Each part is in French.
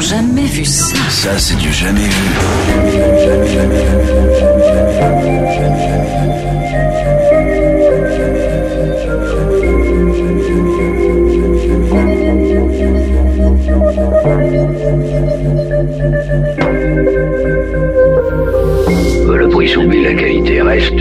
jamais vu ça. Ça, c'est du jamais vu. Euh, Le prix subit, la qualité reste.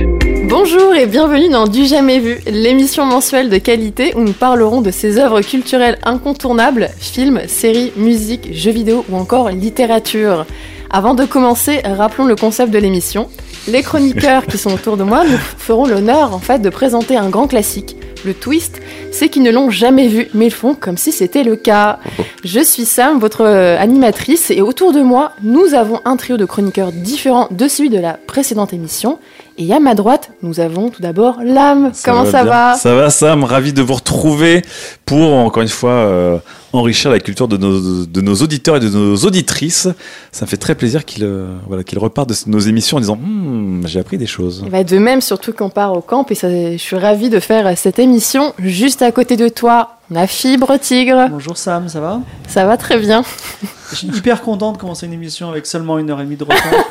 Bonjour et bienvenue dans Du Jamais Vu, l'émission mensuelle de qualité où nous parlerons de ces œuvres culturelles incontournables, films, séries, musique, jeux vidéo ou encore littérature. Avant de commencer, rappelons le concept de l'émission. Les chroniqueurs qui sont autour de moi nous feront l'honneur en fait de présenter un grand classique. Le twist, c'est qu'ils ne l'ont jamais vu, mais ils font comme si c'était le cas. Je suis Sam, votre euh, animatrice, et autour de moi, nous avons un trio de chroniqueurs différents de celui de la précédente émission. Et à ma droite, nous avons tout d'abord l'âme. Comment ça bien va Ça va Sam, ravi de vous retrouver pour encore une fois euh, enrichir la culture de nos, de nos auditeurs et de nos auditrices. Ça me fait très plaisir qu'ils euh, voilà, qu'ils repartent de nos émissions en disant Hmm, j'ai appris des choses. Eh ben, de même, surtout qu'on part au camp, et ça, je suis ravie de faire euh, cette émission juste à côté de toi. On a Fibre Tigre, Bonjour Sam, ça va ça va très bien. Je suis hyper content de commencer une émission avec seulement une heure et demie de rechange,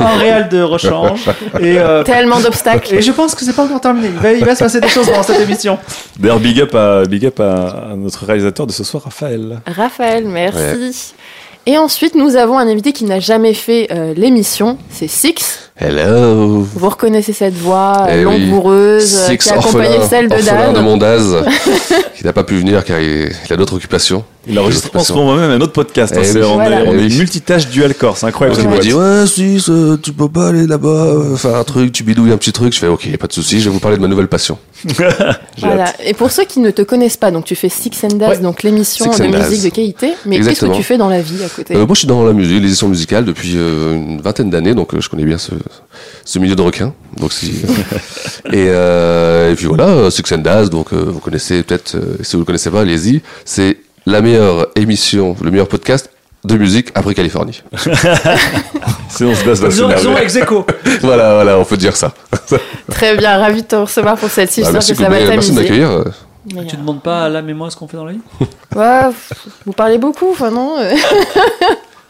un réel de rechange, et, euh, Tellement d'obstacles. et je pense que c'est pas encore terminé. Il va, il va se passer des choses dans cette émission. D'ailleurs, big up, à, big up à, à notre réalisateur de ce soir, Raphaël. Raphaël, merci. Et ensuite, nous avons un invité qui n'a jamais fait euh, l'émission, c'est Six. Hello Vous reconnaissez cette voix euh, Eh oui. langoureuse euh, Six qui accompagnait orphelins, celle de orphelins Dan. de Mondaz, qui n'a pas pu venir car il, il a d'autres occupations. Il enregistre en ce Occupation. moment même un autre podcast. hein, Eh c'est- oui. on, Voilà. est, on est Eh oui. multitâche dual corps, c'est incroyable. Parce qu'il cette m'a dit boîte. ouais si ce- tu peux pas aller là-bas euh, faire un truc, tu bidouilles un petit truc. Je fais ok y a pas de souci, je vais vous parler de ma nouvelle passion. J'ai Voilà. Et pour ceux qui ne te connaissent pas, donc tu fais Six and Daz, Ouais. donc l'émission Six de and Daz. musique de qualité. Mais qu'est-ce que Exactement. tu fais dans la vie à côté Euh, moi je suis dans la musique, les éditions musicales depuis euh, une vingtaine d'années, donc euh, je connais bien ce, ce milieu de requins. Donc si et, euh, et puis voilà, euh, Six and Daz, donc euh, vous connaissez peut-être, euh, si vous le connaissez pas, allez-y. C'est la meilleure émission, le meilleur podcast de musique après Californie. C'est on se base dans Ils ont, le ils ont scénario. ex aequo. voilà, voilà, on peut dire ça. Très bien, ravi de te recevoir pour celle-ci. Bah, J'espère merci que beaucoup, ça va merci de t'amuser. m'accueillir. euh, Mais, Tu ne demandes pas à l'âme et moi ce qu'on fait dans la vie euh, ouais, pff, vous parlez beaucoup, enfin non euh.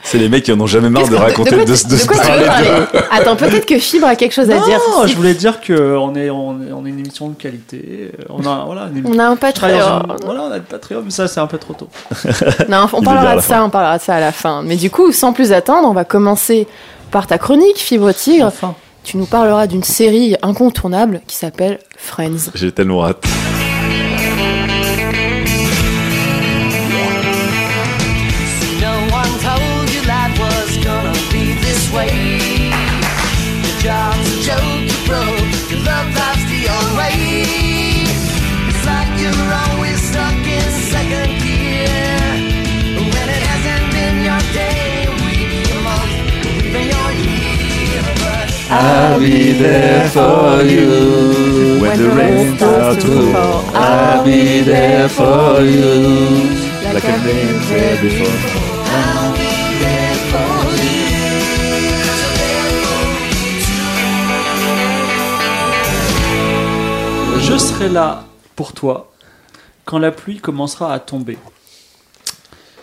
C'est les mecs qui en ont jamais marre Qu'est-ce de que- raconter, de, quoi de, tu- de se quoi tu veux parler de- parler Attends, peut-être que Fibre a quelque chose à dire. Non, je voulais dire qu'on est, on est, on est une émission de qualité. euh, On a, voilà, une émission. On a un Oh, On travaille dans Patreon. une- Voilà, on a le Patreon, mais ça c'est un peu trop tôt. Non, on Il le dira parlera à de la ça, on parlera de ça à la fin. Mais du coup, sans plus attendre, on va commencer par ta chronique, Fibre Tigre. Enfin, Tu nous parleras d'une série incontournable qui s'appelle Friends. J'ai tellement hâte. No one told you life was gonna be this way. Your job's a joke, you're broke, your love life's the old way. It's like you're always stuck in second gear. When it hasn't been your day, week, your month, or even your year. But Ah, I'll be there for you. When the rain starts to fall, I'll be there for you. like I've been there before. je serai là pour toi quand la pluie commencera à tomber.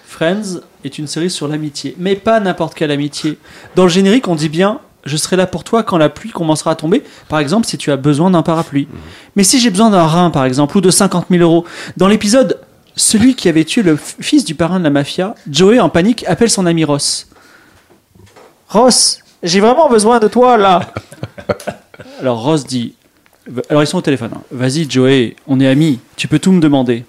Friends est une série sur l'amitié, mais pas n'importe quelle amitié. Dans le générique, on dit bien Je serai là pour toi quand la pluie commencera à tomber, par exemple si tu as besoin d'un parapluie. Mais si j'ai besoin d'un rein, par exemple, ou de 50 000 euros, dans l'épisode Celui qui avait tué le f- fils du parrain de la mafia, Joey en panique appelle son ami Ross. Ross, j'ai vraiment besoin de toi là Alors Ross dit alors ils sont au téléphone. hein. Vas-y Joey, on est amis, tu peux tout me demander.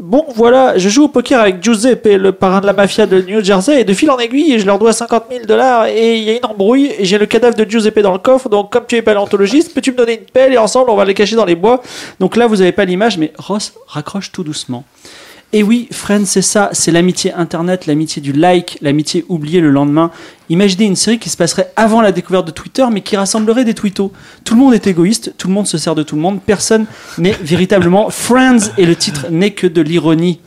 Bon, voilà, je joue au poker avec Giuseppe, le parrain de la mafia de New Jersey, et de fil en aiguille, je leur dois 50 000 dollars, et il y a une embrouille, et j'ai le cadavre de Giuseppe dans le coffre, donc comme tu es paléontologiste, peux-tu me donner une pelle, et ensemble on va les cacher dans les bois. Donc là, vous n'avez pas l'image, mais Ross raccroche tout doucement. Et Eh oui, Friends, c'est ça, c'est l'amitié internet, l'amitié du like, l'amitié oubliée le lendemain. Imaginez une série qui se passerait avant la découverte de Twitter, mais qui rassemblerait des twittos. Tout le monde est égoïste, tout le monde se sert de tout le monde, personne n'est véritablement Friends, et le titre n'est que de l'ironie.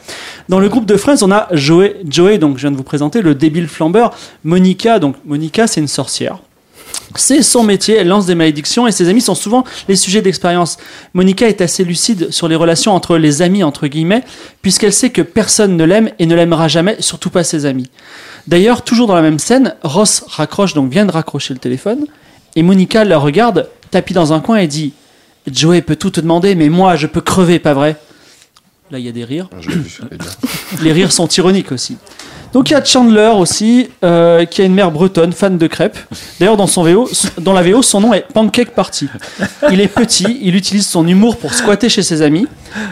Dans le groupe de Friends, on a Joey, Joey, donc je viens de vous présenter, le débile flambeur, Monica, donc Monica, c'est une sorcière. C'est son métier, elle lance des malédictions et ses amis sont souvent les sujets d'expérience. Monica est assez lucide sur les relations entre les amis, entre guillemets, puisqu'elle sait que personne ne l'aime et ne l'aimera jamais, surtout pas ses amis. D'ailleurs, toujours dans la même scène, Ross raccroche, donc vient de raccrocher le téléphone, et Monica la regarde, tapis dans un coin et dit Joey peut tout te demander, mais moi je peux crever, pas vrai Là, il y a des rires. Ah, je l'ai vu, elle est bien. Les rires sont ironiques aussi. Donc il y a Chandler aussi, euh, qui a une mère bretonne, fan de crêpes. D'ailleurs, dans, son VO, dans la VO, son nom est Pancake Party. Il est petit, il utilise son humour pour squatter chez ses amis.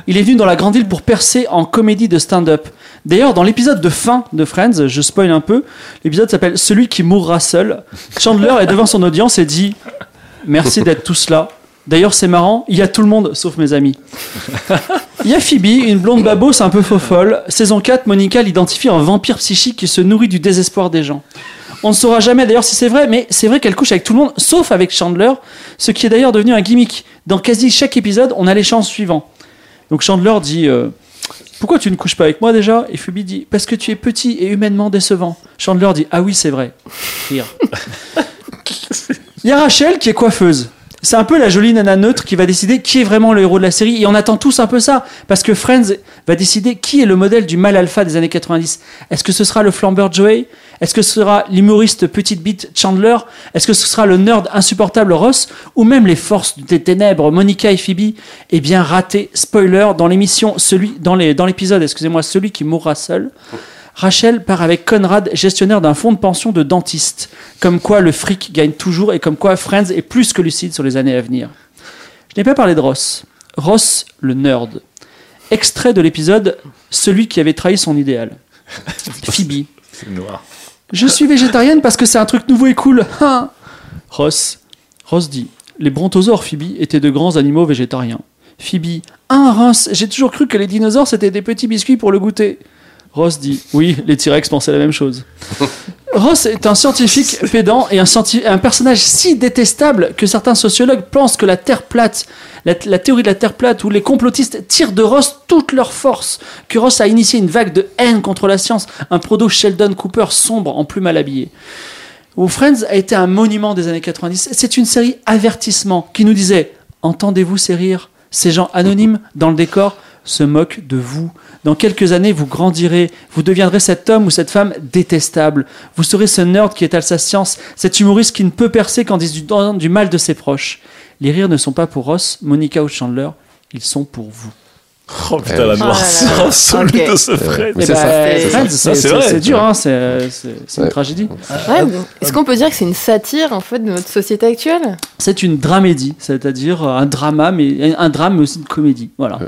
Il est venu dans la grande île pour percer en comédie de stand-up. D'ailleurs, dans l'épisode de fin de Friends, je spoil un peu, l'épisode s'appelle Celui qui mourra seul. Chandler est devant son audience et dit Merci d'être tous là. D'ailleurs, c'est marrant, il y a tout le monde sauf mes amis. Il y a Phoebe, une blonde babos un peu faux-folle. Saison 4, Monica l'identifie en vampire psychique qui se nourrit du désespoir des gens. On ne saura jamais d'ailleurs si c'est vrai, mais c'est vrai qu'elle couche avec tout le monde, sauf avec Chandler, ce qui est d'ailleurs devenu un gimmick. Dans quasi chaque épisode, on a l'échange suivant. Donc Chandler dit euh, Pourquoi tu ne couches pas avec moi déjà Et Phoebe dit Parce que tu es petit et humainement décevant. Chandler dit Ah oui, c'est vrai. Rire. Il y a Rachel qui est coiffeuse. C'est un peu la jolie nana neutre qui va décider qui est vraiment le héros de la série. Et on attend tous un peu ça. Parce que Friends va décider qui est le modèle du mal alpha des années 90. Est-ce que ce sera le flambeur Joey Est-ce que ce sera l'humoriste petite bite Chandler Est-ce que ce sera le nerd insupportable Ross Ou même les forces des ténèbres Monica et Phoebe Eh bien, raté, spoiler, dans l'émission, celui, dans les- dans l'épisode, excusez-moi, celui qui mourra seul. Rachel part avec Conrad, gestionnaire d'un fonds de pension de dentiste. Comme quoi le fric gagne toujours et comme quoi Friends est plus que lucide sur les années à venir. Je n'ai pas parlé de Ross. Ross, le nerd. Extrait de l'épisode Celui qui avait trahi son idéal. Phoebe. C'est noir. Je suis végétarienne parce que c'est un truc nouveau et cool. Hein Ross. Ross dit Les brontosaures, Phoebe, étaient de grands animaux végétariens. Phoebe. Un Ross, j'ai toujours cru que les dinosaures c'était des petits biscuits pour le goûter. Ross dit Oui, les T-Rex pensaient la même chose. Ross est un scientifique pédant et un, scienti- un personnage si détestable que certains sociologues pensent que la Terre plate, la, la théorie de la Terre plate, où les complotistes tirent de Ross toutes leurs forces, que Ross a initié une vague de haine contre la science, un prodo Sheldon Cooper sombre en plus mal habillé. Où Friends a été un monument des années 90. C'est une série avertissement qui nous disait Entendez-vous ces rires Ces gens anonymes dans le décor se moquent de vous. Dans quelques années, vous grandirez, vous deviendrez cet homme ou cette femme détestable. Vous serez ce nerd qui étale sa science, cet humoriste qui ne peut percer qu'en disant du mal de ses proches. Les rires ne sont pas pour Ross, Monica ou Chandler, ils sont pour vous. Oh putain, Oh là la ouais. là. noircence absolue Ok. de ce Fred. Mais Eh c'est ben, ça. c'est ça. Non, Friends, c'est- c'est c'est vrai. c'est dur, hein, c'est c'est- c'est une Ouais. tragédie. euh, Ouais, donc, Est-ce qu'on peut dire que c'est une satire en fait de notre société actuelle C'est une dramédie, c'est-à-dire euh, un drama, mais un drame, mais aussi une comédie. Voilà. Ouais.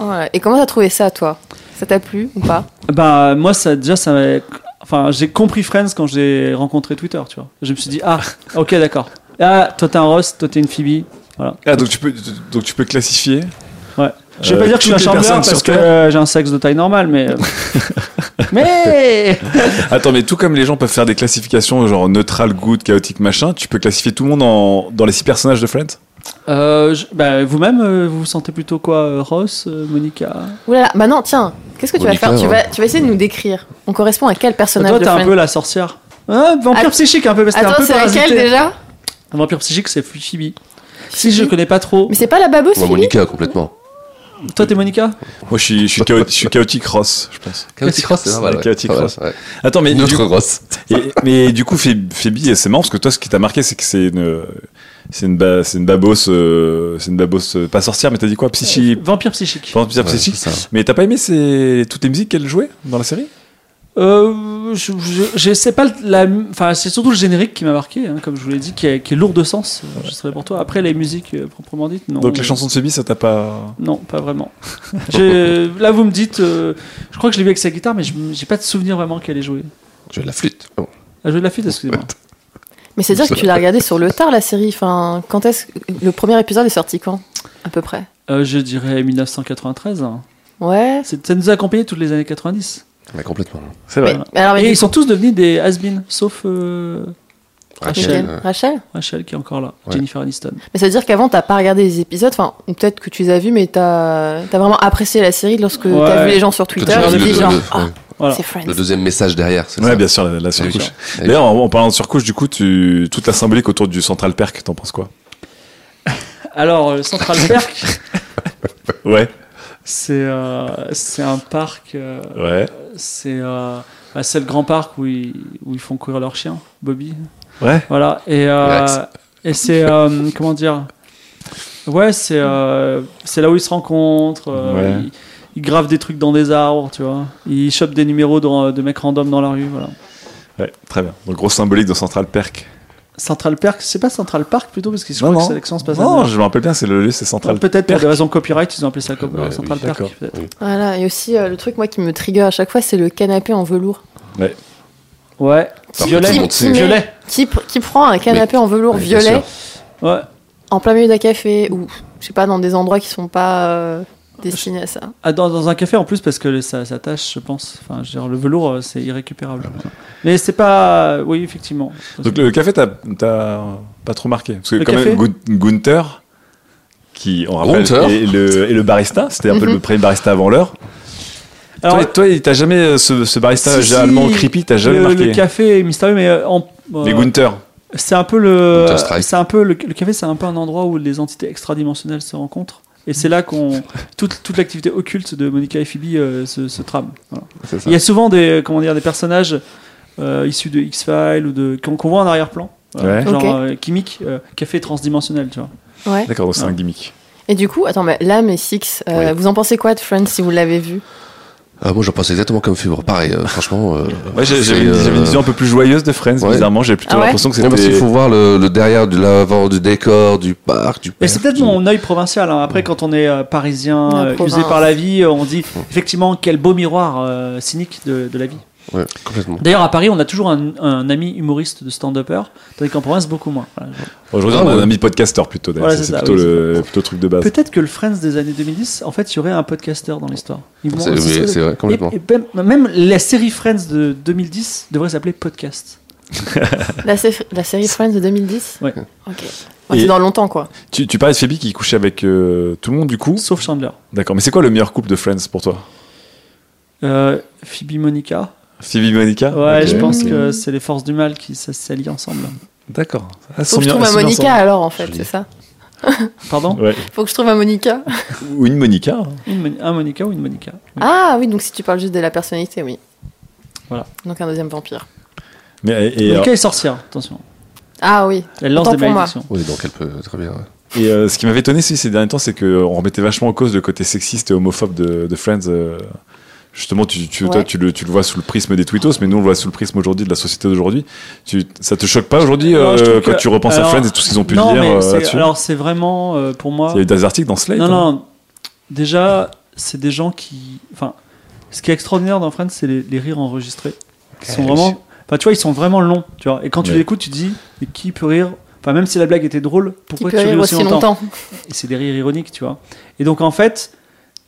Voilà. Et comment t'as trouvé ça toi Ça t'a plu ou pas Bah moi ça déjà ça m'a- enfin j'ai compris Friends quand j'ai rencontré Twitter, tu vois. Je me suis dit ah ok d'accord. Ah toi t'es un Ross, toi t'es une Phoebe. Voilà. Ah, donc tu peux, donc tu peux classifier. Ouais. Je Euh, vais pas dire que je suis un toutes les Chandler personnes parce sur que Terre. euh, j'ai un sexe de taille normale, mais euh, mais Attends, mais tout comme les gens peuvent faire des classifications genre neutral, good, chaotique, machin, tu peux classifier tout le monde en, dans les six personnages de Friends Euh, je- bah, vous-même euh, vous vous sentez plutôt quoi euh, Ross, euh, Monica Oulala, bah non, tiens, qu'est-ce que tu vas Monica, faire tu hein. vas, tu vas essayer de nous décrire. On correspond à quel personnage Bah, Toi de t'es un Friends peu la sorcière. Ah, vampire Attends, psychique un peu parce que t'es un Attends, peu c'est laquelle parasité. déjà Vampire psychique c'est Phoebe. Si je connais pas trop. Mais c'est pas la babousse Moi, Philippe Monica, complètement. Toi t'es Monica Moi, je suis, je suis, chao- je suis chaotique Ross, je pense. Chaotic Ross, c'est pas mal. ouais. Chaotic Pas mal, Ross. ouais. Attends, mais Une du, autre grosse. et- mais du coup, Phoebe, Phoebe, c'est marrant parce que toi, ce qui t'a marqué, c'est que c'est une, c'est une, ba- c'est une babosse, euh, c'est une babosse euh, pas sorcière, mais t'as dit quoi, psychi, Vampire psychique. vampire Ouais, psychique. c'est ça. Mais t'as pas aimé ces- toutes les musiques qu'elle jouait dans la série Euh, je, je, je sais pas la, enfin c'est surtout le générique qui m'a marqué, hein, comme je vous l'ai dit, qui est, qui est lourd de sens. euh, Je serais pour toi. Après les musiques euh, proprement dites, non. Donc les chansons de Phoebe, ça t'a pas. Non, pas vraiment. Je- là vous me dites, euh, je crois que je l'ai vu avec sa guitare, mais je- j'ai pas de souvenir vraiment qu'elle ait joué. Je vais de la flûte. Oh, Bon. Elle jouait de la flûte, excusez-moi. Mais c'est dire que tu l'as regardé sur le tard la série. Enfin, quand est-ce que- le premier épisode est sorti quand À peu près. Euh, je dirais 1993. hein. Ouais. C'est- Ça nous a accompagnés toutes les années 90. Ouais, Ah, complètement. C'est Mais- mais alors, mais Et Ah du ils sont tous devenus des has-been, sauf euh, coup, Rachel, Rachel. Rachel Rachel qui est encore là, Ouais. Jennifer Aniston. Mais ça veut dire qu'avant t'as pas regardé les épisodes, enfin ou peut-être que tu les as vus, mais t'as as vraiment apprécié la série lorsque Ouais. t'as vu les gens sur Que Twitter. tu et regardes tu les dis deux, genre, ouais. Ah, Voilà. C'est Friends. Le deuxième message derrière, c'est Ouais, ça bien sûr, la, la Bien surcouche. sûr. D'ailleurs, en, en parlant de surcouche, du coup, tu, toute la symbolique autour du Central Perk, t'en penses quoi Alors, euh, Central Park, Ouais, c'est euh, c'est un parc. euh, ouais, c'est euh, bah, c'est le grand parc où ils, où ils font courir leurs chiens, Bobby. ouais. Voilà. Et, euh, Rex. et c'est. euh, comment dire Ouais, c'est euh, c'est là où ils se rencontrent. euh, Ouais. ils, ils gravent des trucs dans des arbres, tu vois. Ils chopent des numéros dans- de mecs random dans la rue. Voilà. Ouais, très bien. Donc, grosse symbolique de Central Perk. Central Park, c'est pas Central Park plutôt parce que je Non, crois que non. c'est l'accent se passe Non, je me rappelle bien, c'est le lieu, c'est Central Peut-être pour Perk. des raisons copyright, ils ont appelé ça comme euh, Ouais, Central oui, Park. d'accord. peut-être. Voilà, et aussi euh, le truc moi qui me trigger à chaque fois, c'est le canapé en velours. Ouais. Parfait, Violet. tout le monde sait. Violet. Qui, pr- qui prend un canapé en velours Ouais, bien violet sûr. Ouais. en plein milieu d'un café ou je sais pas dans des endroits qui sont pas euh, destinés à ça. Ah, dans, dans un café en plus parce que ça, ça tâche, je pense. Enfin, je veux dire, le velours, euh, c'est irrécupérable. Mais c'est pas. Oui, effectivement. Ah, Donc, le café, t'as- t'as pas trop marqué. Parce que, Le quand café même, Gun- Gunther, qui, on rappelle, Gunther. est le, est le barista, c'était un peu Mhm. le premier barista avant l'heure. Alors, toi, toi, t'as jamais euh, ce, ce barista Si, si. allemand creepy, t'as jamais le, marqué. le café est mystérieux, mais euh, en. euh, Les Gunther. c'est un peu le. Counter Strike. C'est un peu le, le café, c'est un peu un endroit où les entités extradimensionnelles se rencontrent. Et c'est là qu'on toute, toute l'activité occulte de Monica et Phoebe euh, se, se trame. Voilà. C'est ça. Il y a souvent des euh, comment dire des personnages euh, issus de X Files ou de qu'on qu'on voit en arrière-plan, Voilà. Ouais. genre Ok. euh, Kimik, euh, café transdimensionnel, tu vois. Ouais. D'accord, donc c'est un gimmick. Et du coup, attends, mais là mes Six, euh, vous en pensez quoi de Friends si vous l'avez vu Ah, moi, j'en pense exactement comme Fibre. Pareil, euh, franchement. euh, Ouais, j'ai- c'est, j'avais une, euh, j'avais une vision un peu plus joyeuse de Friends, Ouais. bizarrement. J'avais plutôt Ah ouais l'impression que Ouais, c'était. parce qu'il faut voir le, le derrière de l'avant du décor, du parc, du. Mais c'est peut-être mon œil provincial. hein. Après, quand on est euh, parisien, La euh, usé province. par la vie, euh, on dit effectivement quel beau miroir euh, cynique de, de la vie. Ouais, complètement. D'ailleurs, à Paris, on a toujours un, un ami humoriste de stand-upper, tandis qu'en province, beaucoup moins. Voilà. Aujourd'hui, Ah on a ouais. un ami podcaster plutôt. d'ailleurs. Voilà, c'est c'est c'est ça, plutôt, oui, le, plutôt le truc de base. Peut-être que le Friends des années 2010, en fait, il y aurait un podcasteur dans l'histoire. Ils vont- ce C'est mais serait- c'est vrai, complètement. Et- et même, même la série Friends de 2010 devrait s'appeler Podcast. la, sé- la série Friends de 2010 Ouais. Ok. Ouais, c'est Et- dans longtemps quoi. Tu, tu parlais de Phoebe qui couchait avec euh, tout le monde, du coup. Sauf Chandler. D'accord, mais c'est quoi le meilleur couple de Friends pour toi Euh, Phoebe Monica. Phoebe Monica Ouais, Ok. je pense que c'est les forces du mal qui s- s'allient ensemble. D'accord. Ah, Faut que je bien- trouve à bien Monica ensemble. alors en fait, Joli. c'est ça. Pardon Ouais. Faut que je trouve à Monica. Ou une Monica. hein. Une Moni- un Monica ou une Monica Oui. Ah oui, donc si tu parles juste de la personnalité, oui. Voilà. Donc un deuxième vampire. Mais, et, et, Monica est sorcière, attention. Ah oui. Elle lance Autant des pour moi. malédictions. Oui, donc elle peut très bien. ouais. Et euh, ce qui m'avait étonné aussi ces derniers temps, c'est qu'on remettait vachement en cause le côté sexiste et homophobe de, de Friends. euh, Justement, tu, tu, toi, Ouais. tu, le, tu le vois sous le prisme des twittos, mais nous, on le voit sous le prisme aujourd'hui de la société d'aujourd'hui. Tu, ça te choque pas aujourd'hui Non, je euh, trouve quand que- tu repenses à alors, Friends et tout ce qu'ils ont pu non, dire mais euh, c'est- là-dessus Alors, c'est vraiment euh, pour moi. Il y a eu des articles dans Slate Non, hein. non. Déjà, c'est des gens qui. Enfin, ce qui est extraordinaire dans Friends, c'est les, les rires enregistrés. Qui sont oui. vraiment. Enfin, tu vois, ils sont vraiment longs. Tu vois. Et quand tu Ouais. les écoutes, tu te dis, mais qui peut rire Enfin, même si la blague était drôle, Qui pourquoi peut tu ris rire aussi longtemps Et c'est des rires ironiques, tu vois. Et donc, en fait,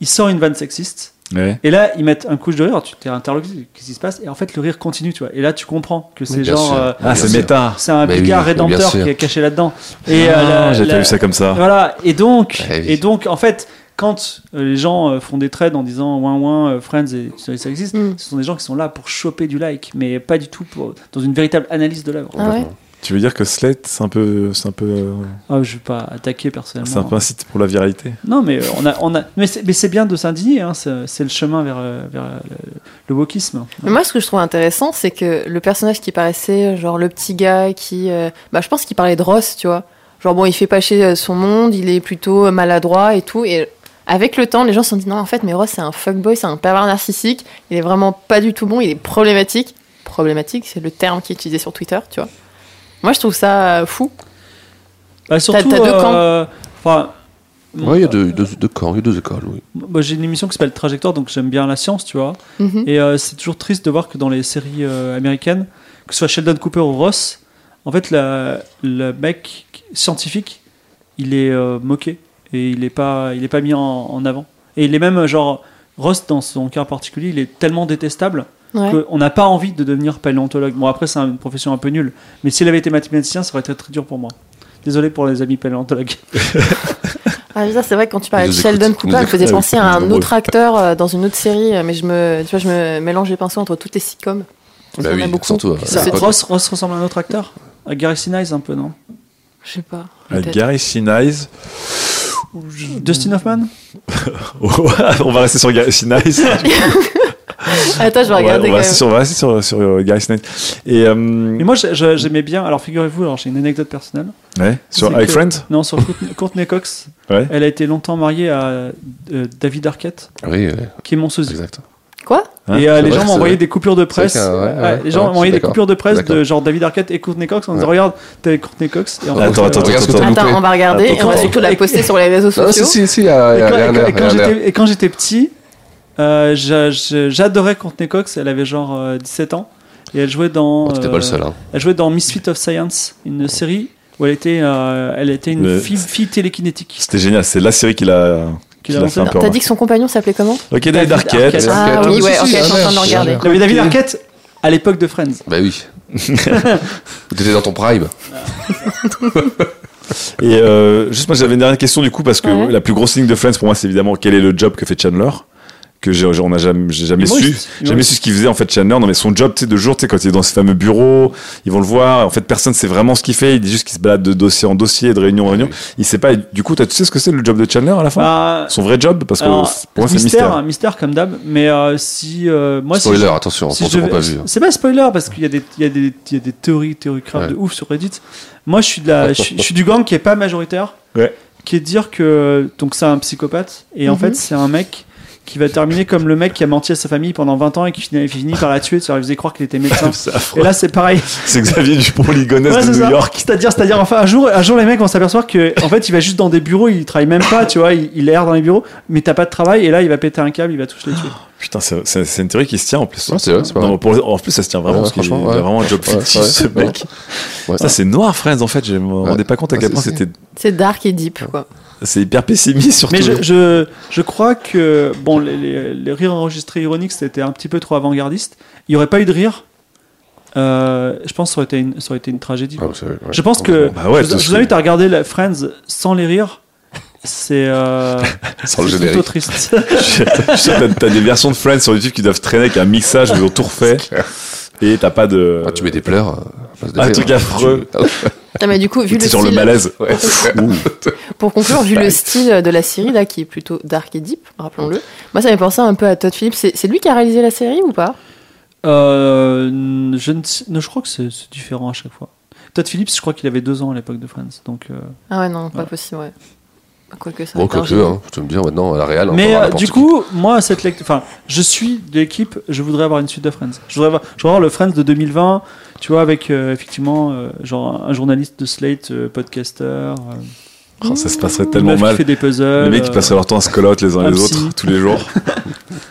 il sort une vanne sexiste. Ouais. Et là, ils mettent un couche de rire, tu t'es interloqué, qu'est-ce qui se passe Et en fait, le rire continue, tu vois. Et là, tu comprends que c'est bien genre. sûr. euh, Ah, c'est Bien sûr. méta. c'est un Mais oui, Picard mais bien rédempteur sûr. qui est caché là-dedans. Et euh, Ah, la- J'ai la- pas vu ça comme ça. Voilà. Et donc, Eh oui. et donc, en fait, quand euh, les gens euh, font des trades en disant ouin ouin, euh, Friends et tout ça ça existe, Mm. ce sont des gens qui sont là pour choper du like, mais pas du tout pour, dans une véritable analyse de l'œuvre. Ah ouais Tu veux dire que Slate, c'est un peu, c'est un peu, euh, Ah, je vais pas attaquer c'est un personnellement. peu un site pour la viralité. Non, mais euh, on a, on a, mais c'est mais c'est bien de s'indigner. Hein, c'est c'est le chemin vers, euh, vers euh, le, le wokisme. Mais moi, ce que je trouve intéressant, c'est que le personnage qui paraissait, genre le petit gars qui. euh, bah, je pense qu'il parlait de Ross, tu vois. Genre, bon, il fait pas chier euh, son monde, il est plutôt euh, maladroit et tout. Et avec le temps, les gens se sont dit non, en fait, mais Ross, c'est un fuckboy, c'est un pervers narcissique, il est vraiment pas du tout bon, il est problématique. Problématique, c'est le terme qui est utilisé sur Twitter, tu vois. Moi, je trouve ça euh, fou. Bah, surtout, t'as deux euh, enfin, Ouais, bah, il y a euh, deux, deux, deux camps, il y a deux écoles, oui. moi, j'ai une émission qui s'appelle Trajectoire, donc j'aime bien la science, tu vois. Mhm. Et euh, c'est toujours triste de voir que dans les séries euh, américaines, que ce soit Sheldon Cooper ou Ross, en fait, la- le mec scientifique, il est euh, moqué et il n'est pas, il est pas mis en, en avant. Et il est même, euh, genre, Ross, dans son cas en particulier, il est tellement détestable Ouais. qu'on n'a pas envie de devenir paléontologue. Bon, après, c'est une profession un peu nulle, mais s'il avait été mathématicien, ça aurait été très dur pour moi. Désolé pour les amis paléontologues. Ah, je veux dire, c'est vrai que quand tu parlais de Nous Sheldon écoute, Cooper, il me nous faisait écoute, penser à nous un écoute. autre acteur euh, dans une autre série, euh, mais je me, tu vois, je me mélange les pinceaux entre toutes les sitcoms. On Bah en a oui, beaucoup. surtout, Puis euh, ça- C'est- pas- Ross, Ross ressemble à un autre acteur À Gary Sinise un peu, non Je sais pas. Euh, peut-être. Gary Sinise. Dustin Hoffman on va rester sur Gary Sinise. Attends, je vais Ouais, regarder on quand va même. rester sur, on va rester sur, sur, euh, Gary Sinise. Et euh, Mais moi, j'ai- j'ai- j'aimais bien. Alors, figurez-vous, alors j'ai une anecdote personnelle. ouais, sur C'est High que- Friends. Non, sur Courtney- Courtney Cox. Ouais. Elle a été longtemps mariée à euh, David Arquette, Oui, ouais, qui est mon sosie. exact. Quoi Hein, et euh, Ah, c'est les vrai, gens c'est m'envoyaient vrai. des coupures de presse. C'est vrai qu'un- ouais, Ouais, ouais, les gens ouais, m'envoyaient je suis des coupures de presse de D'accord. genre David Arquette et Courtney Cox en disant Ouais. Regarde, t'as Courtney Cox. Et en fait, Attends, euh, attends, Ah, Regarde ce que attends, t'as Attends, loupé. on va regarder Attends, et on va attends. surtout la poster sur les réseaux Non, Ah, si, sociaux. si, si, il y a, il et y a- quand- il y a un et quand- air, et il y quand a un air. j'étais- Et quand j'étais petit, euh, j'a- je- j'adorais Courtney Cox. Elle avait genre euh, 17 ans. Et elle jouait dans. Bon, T'étais pas euh, le seul, hein. Elle jouait dans Misfit of Science, une série où elle était, euh, elle était une Le- fille, fille télékinétique. C'était génial, c'est la série qu'il a, qu'il a lancée. fait un peu. T'as dit que son compagnon s'appelait comment Ok, David Arquette. Arquette. Ah Arquette, oui, oui, ouais, si, ok, si, je suis en train un de le air, regarder. Non, mais David Arquette, à l'époque de Friends. Bah oui. T'étais dans ton prime. Et euh, juste moi j'avais une dernière question du coup parce que Ouais. la plus grosse ligne de Friends pour moi c'est évidemment quel est le job que fait Chandler que j'ai j'ai- on a jamais j'ai jamais Humoriste. su Humoriste. j'ai jamais su ce qu'il faisait en fait Chandler non mais son job tu sais de jour tu sais quand il est dans ce fameux bureau ils vont le voir en fait personne sait vraiment ce qu'il fait il dit juste qu'il se balade de dossier en dossier de réunion en Ah réunion il sait pas et du coup toi, tu sais ce que c'est le job de Chandler à la fin Bah, son vrai job parce que alors, c'est- pour moi c'est mystère, mystère hein, mystère comme d'hab. Mais euh, si euh, moi, si je- Spoiler, attention, si pour je ceux qui n'ont devais- pas vu. hein. c'est pas spoiler parce qu'il y a des, il y a des, il y a des théories, théories crap Ouais. de ouf sur Reddit. Moi, je suis de la, je, suis- je suis du gang qui est pas majoritaire, Ouais. qui est de dire que donc c'est un psychopathe et en Mhm. fait c'est un mec qui va terminer comme le mec qui a menti à sa famille pendant 20 ans et qui finit, finit par la tuer, ça lui faisait croire qu'il était médecin. c'est affreux. Et là, c'est pareil. c'est Xavier Dupont Ligonès Ouais, de c'est New ça. York C'est-à-dire, c'est-à-dire, enfin, un jour, un jour, les mecs vont s'apercevoir que, en fait, il va juste dans des bureaux, il travaille même pas, tu vois, il, il erre dans les bureaux, mais t'as pas de travail, et là, il va péter un câble, il va tous les tuer. Putain, c'est- c'est c'est une théorie qui se tient en plus. Ouais, c'est vrai, c'est pas Non, mal. mais pour- en plus, ça se tient vraiment. Ouais, parce qu'il franchement, il a ouais. vraiment un job Ouais, fictif, ouais, ce ouais. mec. Ouais. Ça, c'est noir, Friends, en fait. Je me rendais pas compte à Ouais, Ah, quel c'est- point c'est- c'était. C'est dark et deep, quoi. C'est hyper pessimiste, surtout. Mais je, je, je crois que, bon, les, les- les rires enregistrés ironiques, c'était un petit peu trop avant-gardiste. Il y aurait pas eu de rire. Euh, je pense que ça aurait été une, ça aurait été une tragédie. Ah, quoi. bah, c'est- ouais. Je pense que, Bah ouais, je, vous- tout je ce vous qui- invite à regarder la Friends sans les rires. C'est euh, Sans le c'est plutôt générique. triste. Je sais, T'as t'as des versions de Friends sur YouTube qui doivent traîner avec un mixage où ils ont tout refait. Et t'as pas de. Ah, tu mets des pleurs. à place des Un rires. truc affreux. Tu- Ah, mais du coup, vu Ou le t'es sur le style- malaise. Ouais, c'est- Ouh. Pour conclure, vu le style de la série, là, qui est plutôt dark et deep, rappelons-le, moi, ça m'a pensé un peu à Todd Phillips. C'est c'est lui qui a réalisé la série ou pas Euh, je ne sais- non, je crois que c'est c'est différent à chaque fois. Todd Phillips, je crois qu'il avait deux ans à l'époque de Friends. Donc, euh, Ah ouais, non, pas Ouais. possible, ouais. Quoique ça. Bon, aurait été un quoique, génie. hein, tu me dire maintenant à la réelle. hein, on mais va voir euh, n'importe du qui. coup, moi, cette lect- enfin, je suis de l'équipe. Je voudrais avoir une suite de Friends. Je voudrais avoir, je voudrais avoir le Friends de 2020. Tu vois, avec euh, effectivement, euh, genre un, un journaliste de Slate, euh, podcaster, euh, Oh, ça se passerait une tellement meuf mal. qui fait des puzzles, Les mecs qui euh, passeraient leur temps à se call out les uns un les psy. autres tous les jours.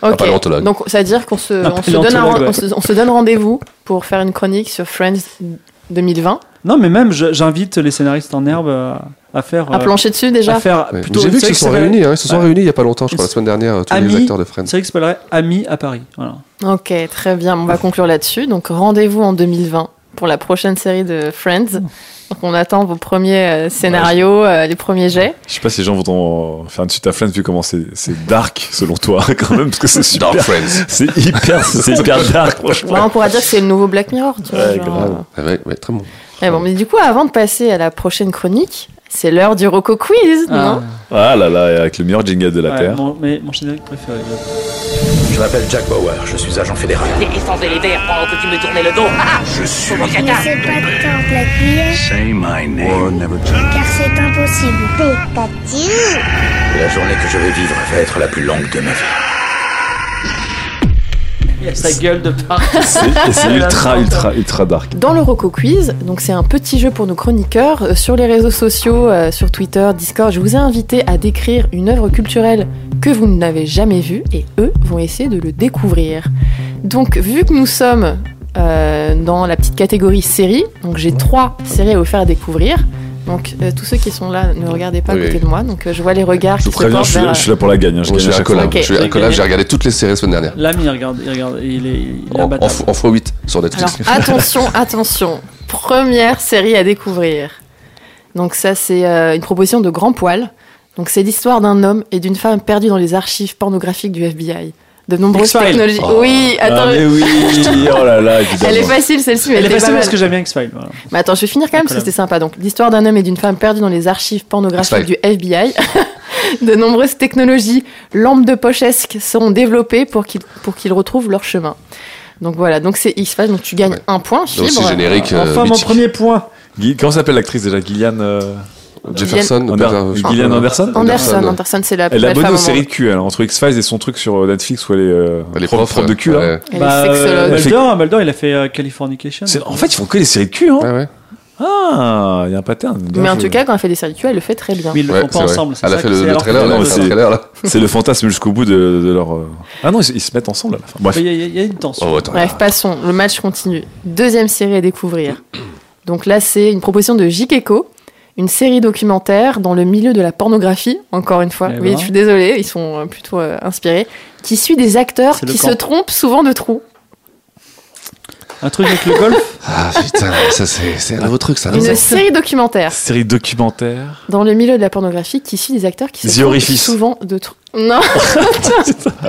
Ok. paléontologue. Donc, ça veut dire qu'on se, Un on se donne, un paléontologue, ren- ouais. on se- on se donne rendez-vous pour faire une chronique sur Friends 2020. Non, mais même, je- j'invite les scénaristes en herbe à, à faire, À euh, plancher dessus déjà. à faire Ouais. plutôt J'ai une vu qu'ils série qui se sont s'appellerait- réunis, hein, ils se sont Ouais. réunis il y a pas longtemps, je crois, la semaine dernière, euh, tous Amis. les acteurs de une Friends. série qui s'appellerait Amis à Paris. Voilà. Ok, très bien. On va conclure là-dessus. Donc, rendez-vous en 2020 pour la prochaine série de Friends. Donc, on attend vos premiers euh, scénarios, euh, les premiers jets. Je sais pas si les gens vont en faire une suite à Friends vu comment c'est c'est dark selon toi quand même parce que c'est super. Dark Friends. C'est hyper, c'est hyper dark franchement. Bah, on pourra dire que c'est le nouveau Black Mirror. tu vois, Ouais, genre, grave. euh. Ah ouais, ouais, très bon. Mais bon, mais du coup, avant de passer à la prochaine chronique, c'est l'heure du Rocco Quiz, non Ah là là, avec le meilleur jingle de la Ouais, Terre. mon- mais mon générique préféré. euh, Je m'appelle Jack Bauer, je suis agent fédéral. Les essences et les verres pendant que tu me tournais le dos. Ah Je suis. Mon Mais caca c'est pas tant Black Mirror, Say my name. car c'est impossible. Pépatine La journée que je vais vivre va être la plus longue de ma vie. Il a sa gueule de part. C'est- et C'est ultra, ultra, ultra dark. Dans le Rocco Quiz, donc c'est un petit jeu pour nos chroniqueurs euh, sur les réseaux sociaux, euh, sur Twitter, Discord. Je vous ai invité à décrire une œuvre culturelle que vous n'avez jamais vue et eux vont essayer de le découvrir. Donc, vu que nous sommes euh, dans la petite catégorie série, donc j'ai trois séries à vous faire découvrir. Donc, euh, tous ceux qui sont là, ne regardez pas à Oui, côté oui. de moi. Donc, euh, je vois les regards Je vous qui se préviens, portent je suis, vers, je suis là pour la gagne. hein, je Moi, je gagne à suis un chaque fois. collab. Ok. Je suis un Ok. collab, j'ai regardé toutes les séries la semaine dernière. L'ami, il regarde, il regarde, il est, il est Oh, En, en, imbattable. f- en x8 sur Alors Netflix. attention, attention. Première série à découvrir. Donc ça c'est euh, une proposition de Grand Poil. Donc c'est l'histoire d'un homme et d'une femme perdus dans les archives pornographiques du FBI. De nombreuses X-Files. technologies. Oh. Oui, attends. Ah, mais oui, oh là là, évidemment. Elle est facile celle-ci, mais elle, Elle est était pas passée mal. parce que j'aime bien X-Files. voilà. Mais attends, je vais finir quand même parce que Nicolas. c'était sympa. Donc, l'histoire d'un homme et d'une femme perdus dans les archives pornographiques du FBI. de nombreuses technologies lampes de pochesque seront développées pour qu'ils pour qu'ils retrouvent leur chemin. Donc voilà, donc c'est X-Files, donc tu gagnes Ouais. un point, fibre. c'est générique. euh, Enfin, mon mythique. premier point. Gui- Comment s'appelle l'actrice déjà Gillian, euh, Jefferson. Ander- Peter- je sais pas. Gillian Anderson Anderson, Anderson, Anderson, ouais. c'est la plus Elle est belle abonnée femme aux au séries monde. de cul, alors, entre X-Files et son truc sur Netflix où elle est, euh, Elle est prof, prof, prof de cul. là. ouais. Elle est Bah, euh, sexologue. elle fait- Mulder, Mulder, il a fait euh, Californication. hein. C'est- En fait, ils font que des séries de cul. Hein. Ouais, ouais. Ah, il y a un pattern. Mais en Je- tout cas, quand elle fait des séries de cul, elle le fait très bien. Mais ils le Ouais, font pas c'est vrai. ensemble. c'est Elle a ça fait que le, c'est le alors- trailer, que- là, elle a Non, fait c'est- le trailer, là. c'est le fantasme jusqu'au bout de, de leur. euh, Ah non, ils, ils se mettent ensemble à la fin. Bref. Il y, a- il y a- il y a une tension. Oh, attends. Bref, passons, le match continue. Deuxième série à découvrir. Donc là, c'est une proposition de Jikeko, une série documentaire dans le milieu de la pornographie, encore une fois. Eh oui, ben. je suis désolée, ils sont euh, plutôt euh, inspirés. Qui suit des acteurs C'est le qui camp. se trompent souvent de trous. Oh. Un truc avec le golf. Ah putain, ça c'est Ah, c'est un nouveau truc, ça. Une série documentaire Série documentaire. dans le milieu de la pornographie qui suit des acteurs qui The se trompent Orifice. souvent de trous. Non,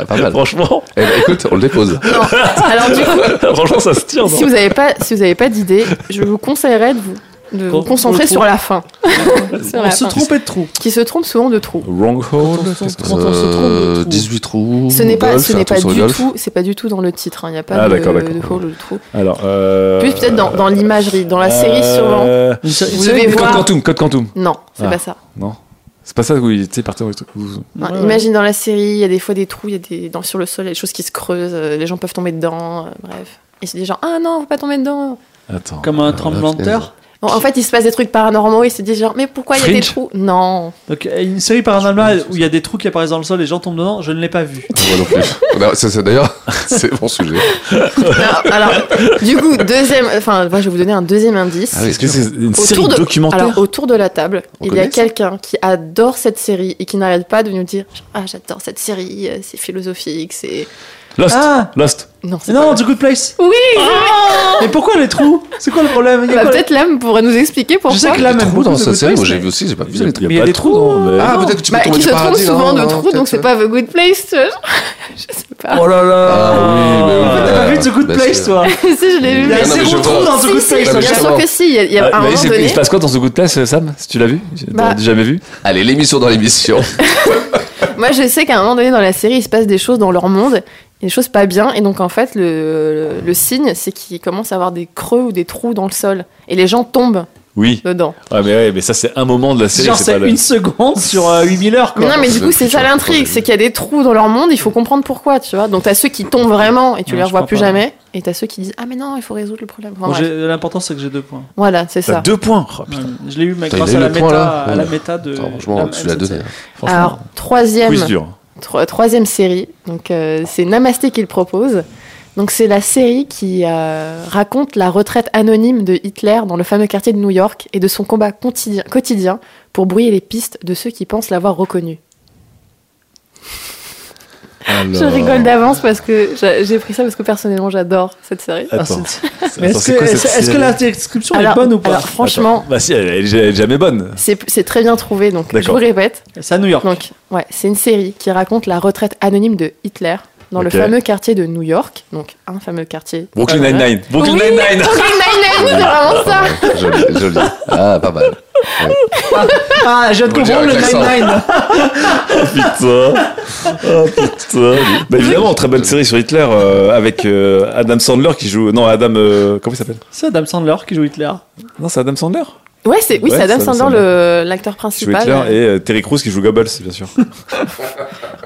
Pas mal. Franchement, Eh ben, écoute, on le dépose. alors du coup, franchement, ça se tire. non si vous n'avez pas, si vous avez pas d'idée, je vous conseillerais de vous, de vous Quand- concentrer le trou. sur la fin. Sur On la se fin. trompait de trou. Qui se trompent souvent de trous. Wrong hole. Quand on se trompe de Euh, trou. 18 trous. Ce n'est pas, golf, ce n'est un tour pas sur le du golf. tout, c'est pas du tout dans le titre. hein. Il n'y a pas Ah, de, d'accord, d'accord. de hole ou de trou. Alors. Euh... Plus peut-être dans, dans l'imagerie, dans la série sûrement. euh, Une série- Vous devez Code voir. Quantum, Code Quantum. Non, c'est Ah. pas ça. Non. C'est pas ça où il était parti dans les trucs. où- Non, Ouais. Imagine dans la série, il y a des fois des trous, il y a des dans, sur le sol, il y a des choses qui se creusent, euh, les gens peuvent tomber dedans, euh, bref. Et c'est des gens ah non, faut pas tomber dedans. Attends. Comme un tremblement de Ah, terre. Bon, en fait, il se passe des trucs paranormaux et c'est des gens mais pourquoi il y a des Fringe trous Non. Donc, euh, une série paranormale où il y a des trous qui apparaissent dans le sol et les gens tombent dedans, je ne l'ai pas vu. Ah, Moi non plus. Non, ça, c'est d'ailleurs, c'est mon sujet. Non, Alors, du coup, deuxième enfin, moi, je vais vous donner un deuxième indice. Ah oui, Est-ce que c'est une série Autour de, documentaire alors, autour de la table, On il y a connaît ça quelqu'un qui adore cette série et qui n'arrête pas de nous dire Ah, j'adore cette série, euh, c'est philosophique, c'est. Lost. Ah Lost. Non, c'est Non, pas The Good Place Oui, Mais pourquoi les trous C'est quoi le problème Il y a Bah, quoi- peut-être l'âme pourrait nous expliquer pourquoi. Je sais que là, Ah, même Trou beaucoup dans de cette Good série, moi Place, j'ai mais- vu aussi, j'ai pas vu. Il y a- les il y a Mais il y a pas des de trous, dans- hein. mais- Ah, peut-être que tu peux Bah, tomber qui du se trompe paradis. souvent non, de non, trous, donc peut-être, c'est ouais. pas The Good Place, tu vois. Je sais pas. Oh là là Ah oui, mais oui, En fait, T'as bah, pas vu The Good bah, Place, c'est- toi si, je l'ai Il y vu. a Ah, non, mais zéro je trou vois. dans The Si, Good si, Place. bah, bien sûr justement. que si, il y a, il y a Bah, un mais moment c'est- il donné. se passe quoi dans The Good Place, euh, Sam Si tu l'as vu J'ai Bah- jamais vu. Allez, l'émission dans l'émission. Moi, je sais qu'à un moment donné dans la série, il se passe des choses dans leur monde, et des choses pas bien, et donc en fait, le, le, le signe, c'est qu'ils commencent à avoir des creux ou des trous dans le sol, et les gens tombent Oui. dedans. Ah, mais, ouais, mais ça, c'est un moment de la série. Genre, c'est pas le- une seconde sur euh, 8000 heures, Mais quoi. non, mais du c'est coup, c'est ça toujours l'intrigue, projet. c'est qu'il y a des trous dans leur monde, il faut comprendre pourquoi, tu vois. Donc, t'as ceux qui tombent vraiment et tu Non, les je revois crois plus pas. jamais, et t'as ceux qui disent Ah, mais non, il faut résoudre le problème. Enfin, Bon, bref. j'ai- L'important, c'est que j'ai deux points. Voilà, c'est T'as ça. deux points. Oh, putain, Ouais, Je l'ai eu, mais Putain, grâce il a à eu la le point, méta, là. à la Ouais. méta de. Attends, Franchement, Ah, tu l'as donné. franchement. Alors, troisième, Quiz dur. tro- troisième série, donc euh, c'est Namasté qu'il propose. Donc, c'est la série qui euh, raconte la retraite anonyme de Hitler dans le fameux quartier de New York et de son combat quotidien, quotidien pour brouiller les pistes de ceux qui pensent l'avoir reconnu. Je Alors- rigole d'avance parce que j'a- j'ai pris ça parce que personnellement j'adore cette série. Ah, Attends. c'est- Attends, Mais Est-ce c'est que, quoi cette est-ce- est-ce que série la description Alors- est bonne ou pas alors, franchement, Bah, si, elle elle- elle est jamais bonne. C'est c'est très bien trouvé, donc je D'accord. vous répète. C'est à New York. Donc, ouais, c'est une série qui raconte la retraite anonyme de Hitler dans le Ok. fameux quartier de New York, donc un fameux quartier. Brooklyn Ah, Voilà. Nine-Nine. Brooklyn Oui, Nine-Nine. Brooklyn Nine-Nine, c'est vraiment ça Joli, joli. Ah, pas mal. Ah, je viens de Bon, comprendre le direct, l'accent. Putain. 9-9. Oh putain. Bah, évidemment, très bonne série sur Hitler euh, avec euh, Adam Sandler qui joue. Non, Adam. euh, comment il s'appelle C'est Adam Sandler qui joue Hitler. Non, c'est Adam Sandler. Ouais, c'est oui, Ouais, c'est Adam ça me Sandler, semble. le- l'acteur Qui joue Hitler principal. et euh, Terry Crews qui joue Goebbels, bien sûr.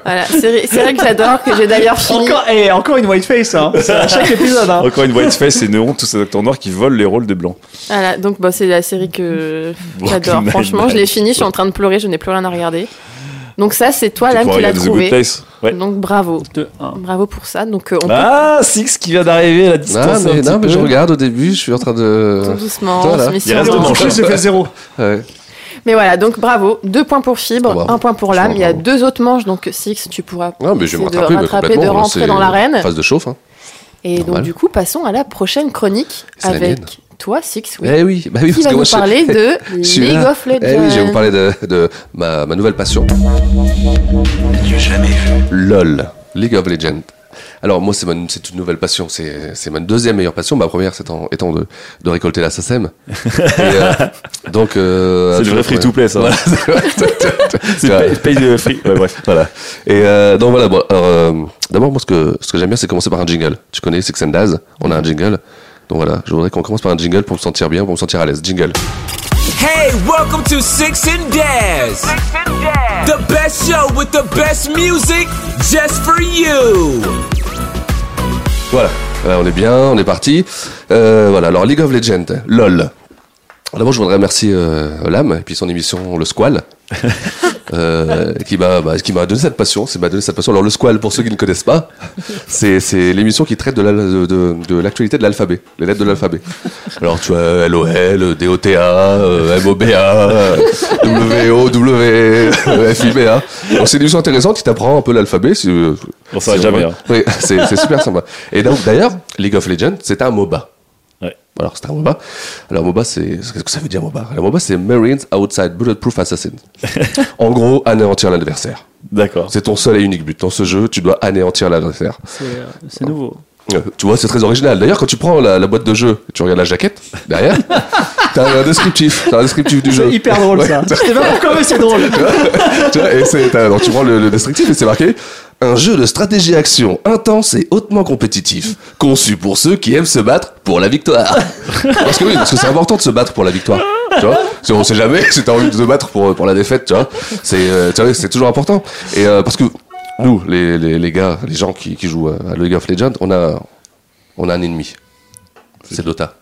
Voilà, série, série que j'adore, que j'ai d'ailleurs fini. Encore, et encore une whiteface, hein. C'est à chaque épisode, hein. Encore une whiteface et néon, tous ces acteurs noirs qui volent les rôles des blancs. Voilà, donc bah, c'est la série que j'adore. Brooklyn Franchement, je l'ai Nine-Nine. fini, je suis en train de pleurer, je n'ai plus rien à regarder. Donc ça, c'est toi, Tu l'âme, pourras qui l'as regarder The Good trouvé. Place. Ouais. Donc bravo. De un. Bravo pour ça. Donc euh, on peut Ah, Six qui vient d'arriver, la Non, distance. un Ah, mais, petit non, mais je peu. regarde au début, je suis en train de. tout doucement, Voilà. on se met sur euh, Il reste le- deux manches. J'ai fait zéro. Ouais. Mais voilà, donc bravo, deux points pour Fibre, Oh, bravo. un point pour l'âme. Franchement, Il y a bravo. deux autres manches, donc Six, tu pourras Non, mais je vais me essayer rattraper, de mais rattraper, de complètement, hein, rentrer c'est dans l'arène. Phase de chauffe, hein. Et donc normal. du coup, passons à la prochaine chronique C'est la mienne. avec toi, Six, oui. Eh oui, bah oui, qui va nous je- parler de je suis League là. of Legends. Eh oui, je vais vous parler de, de ma, ma nouvelle passion. LOL, League of Legends. Alors moi c'est ma- c'est une nouvelle passion, c'est c'est ma deuxième meilleure passion, ma première c'est en- étant de, de récolter la SACEM. Et, euh, donc euh, Bah, C'est du vrai toujours, free-to-play, ça. Voilà, c'est vrai. C'est vrai. paye, paye de free. Ouais, bref. Voilà. Et euh, donc voilà. Bon, alors, euh, d'abord, moi, ce que, ce que j'aime bien, c'est commencer par un jingle. Tu connais Six and Daz On a un jingle. Donc voilà, je voudrais qu'on commence par un jingle pour me sentir bien, pour me sentir à l'aise. Jingle. Hey, welcome to Six and Daz. The best show with the best music just for you. Voilà. Voilà, on est bien, on est parti. Euh, voilà. Alors League of Legends, lol. D'abord, je voudrais remercier euh, Lam et puis son émission Le Squall. euh, qui m'a bah, qui m'a donné cette passion, c'est m'a donné cette passion. Alors le Squall, pour ceux qui ne connaissent pas, c'est c'est l'émission qui traite de la- de de- de l'actualité de l'alphabet, les lettres de l'alphabet. Alors tu as LOL, DOTA, euh, MOBA, WOW, FIBA. Donc c'est une émission intéressante qui t'apprend un peu l'alphabet. si- euh, On saura si- jamais, hein. Oui, c'est c'est super sympa. Et donc d'ailleurs, League of Legends, c'est un MOBA. Ouais. Alors, c'est un MOBA. Alors, MOBA, c'est. Qu'est-ce que ça veut dire, MOBA Alors, MOBA, c'est Marines Outside Bulletproof Assassin. en gros, anéantir l'adversaire. D'accord. C'est ton seul et unique but. Dans ce jeu, tu dois anéantir l'adversaire. C'est euh, c'est nouveau. Euh, Tu vois, c'est très original. D'ailleurs, quand tu prends la, la boîte de jeu, tu regardes la jaquette, derrière, t'as un descriptif. T'as un descriptif du jeu. C'est hyper drôle Ouais. ça. Je sais pas pourquoi, mais c'est drôle. tu vois, et c'est, t'as- donc tu prends le, le descriptif et c'est marqué un jeu de stratégie action intense et hautement compétitif, conçu pour ceux qui aiment se battre pour la victoire. parce que oui, parce que c'est important de se battre pour la victoire. Tu vois, Parce qu'on sait jamais si t'as envie de te battre pour pour la défaite, tu vois. C'est euh, tu vois, c'est toujours important. Et euh, parce que nous, les, les, les gars, les gens qui, qui jouent à League of Legends, on a on a un ennemi. C'est Dota.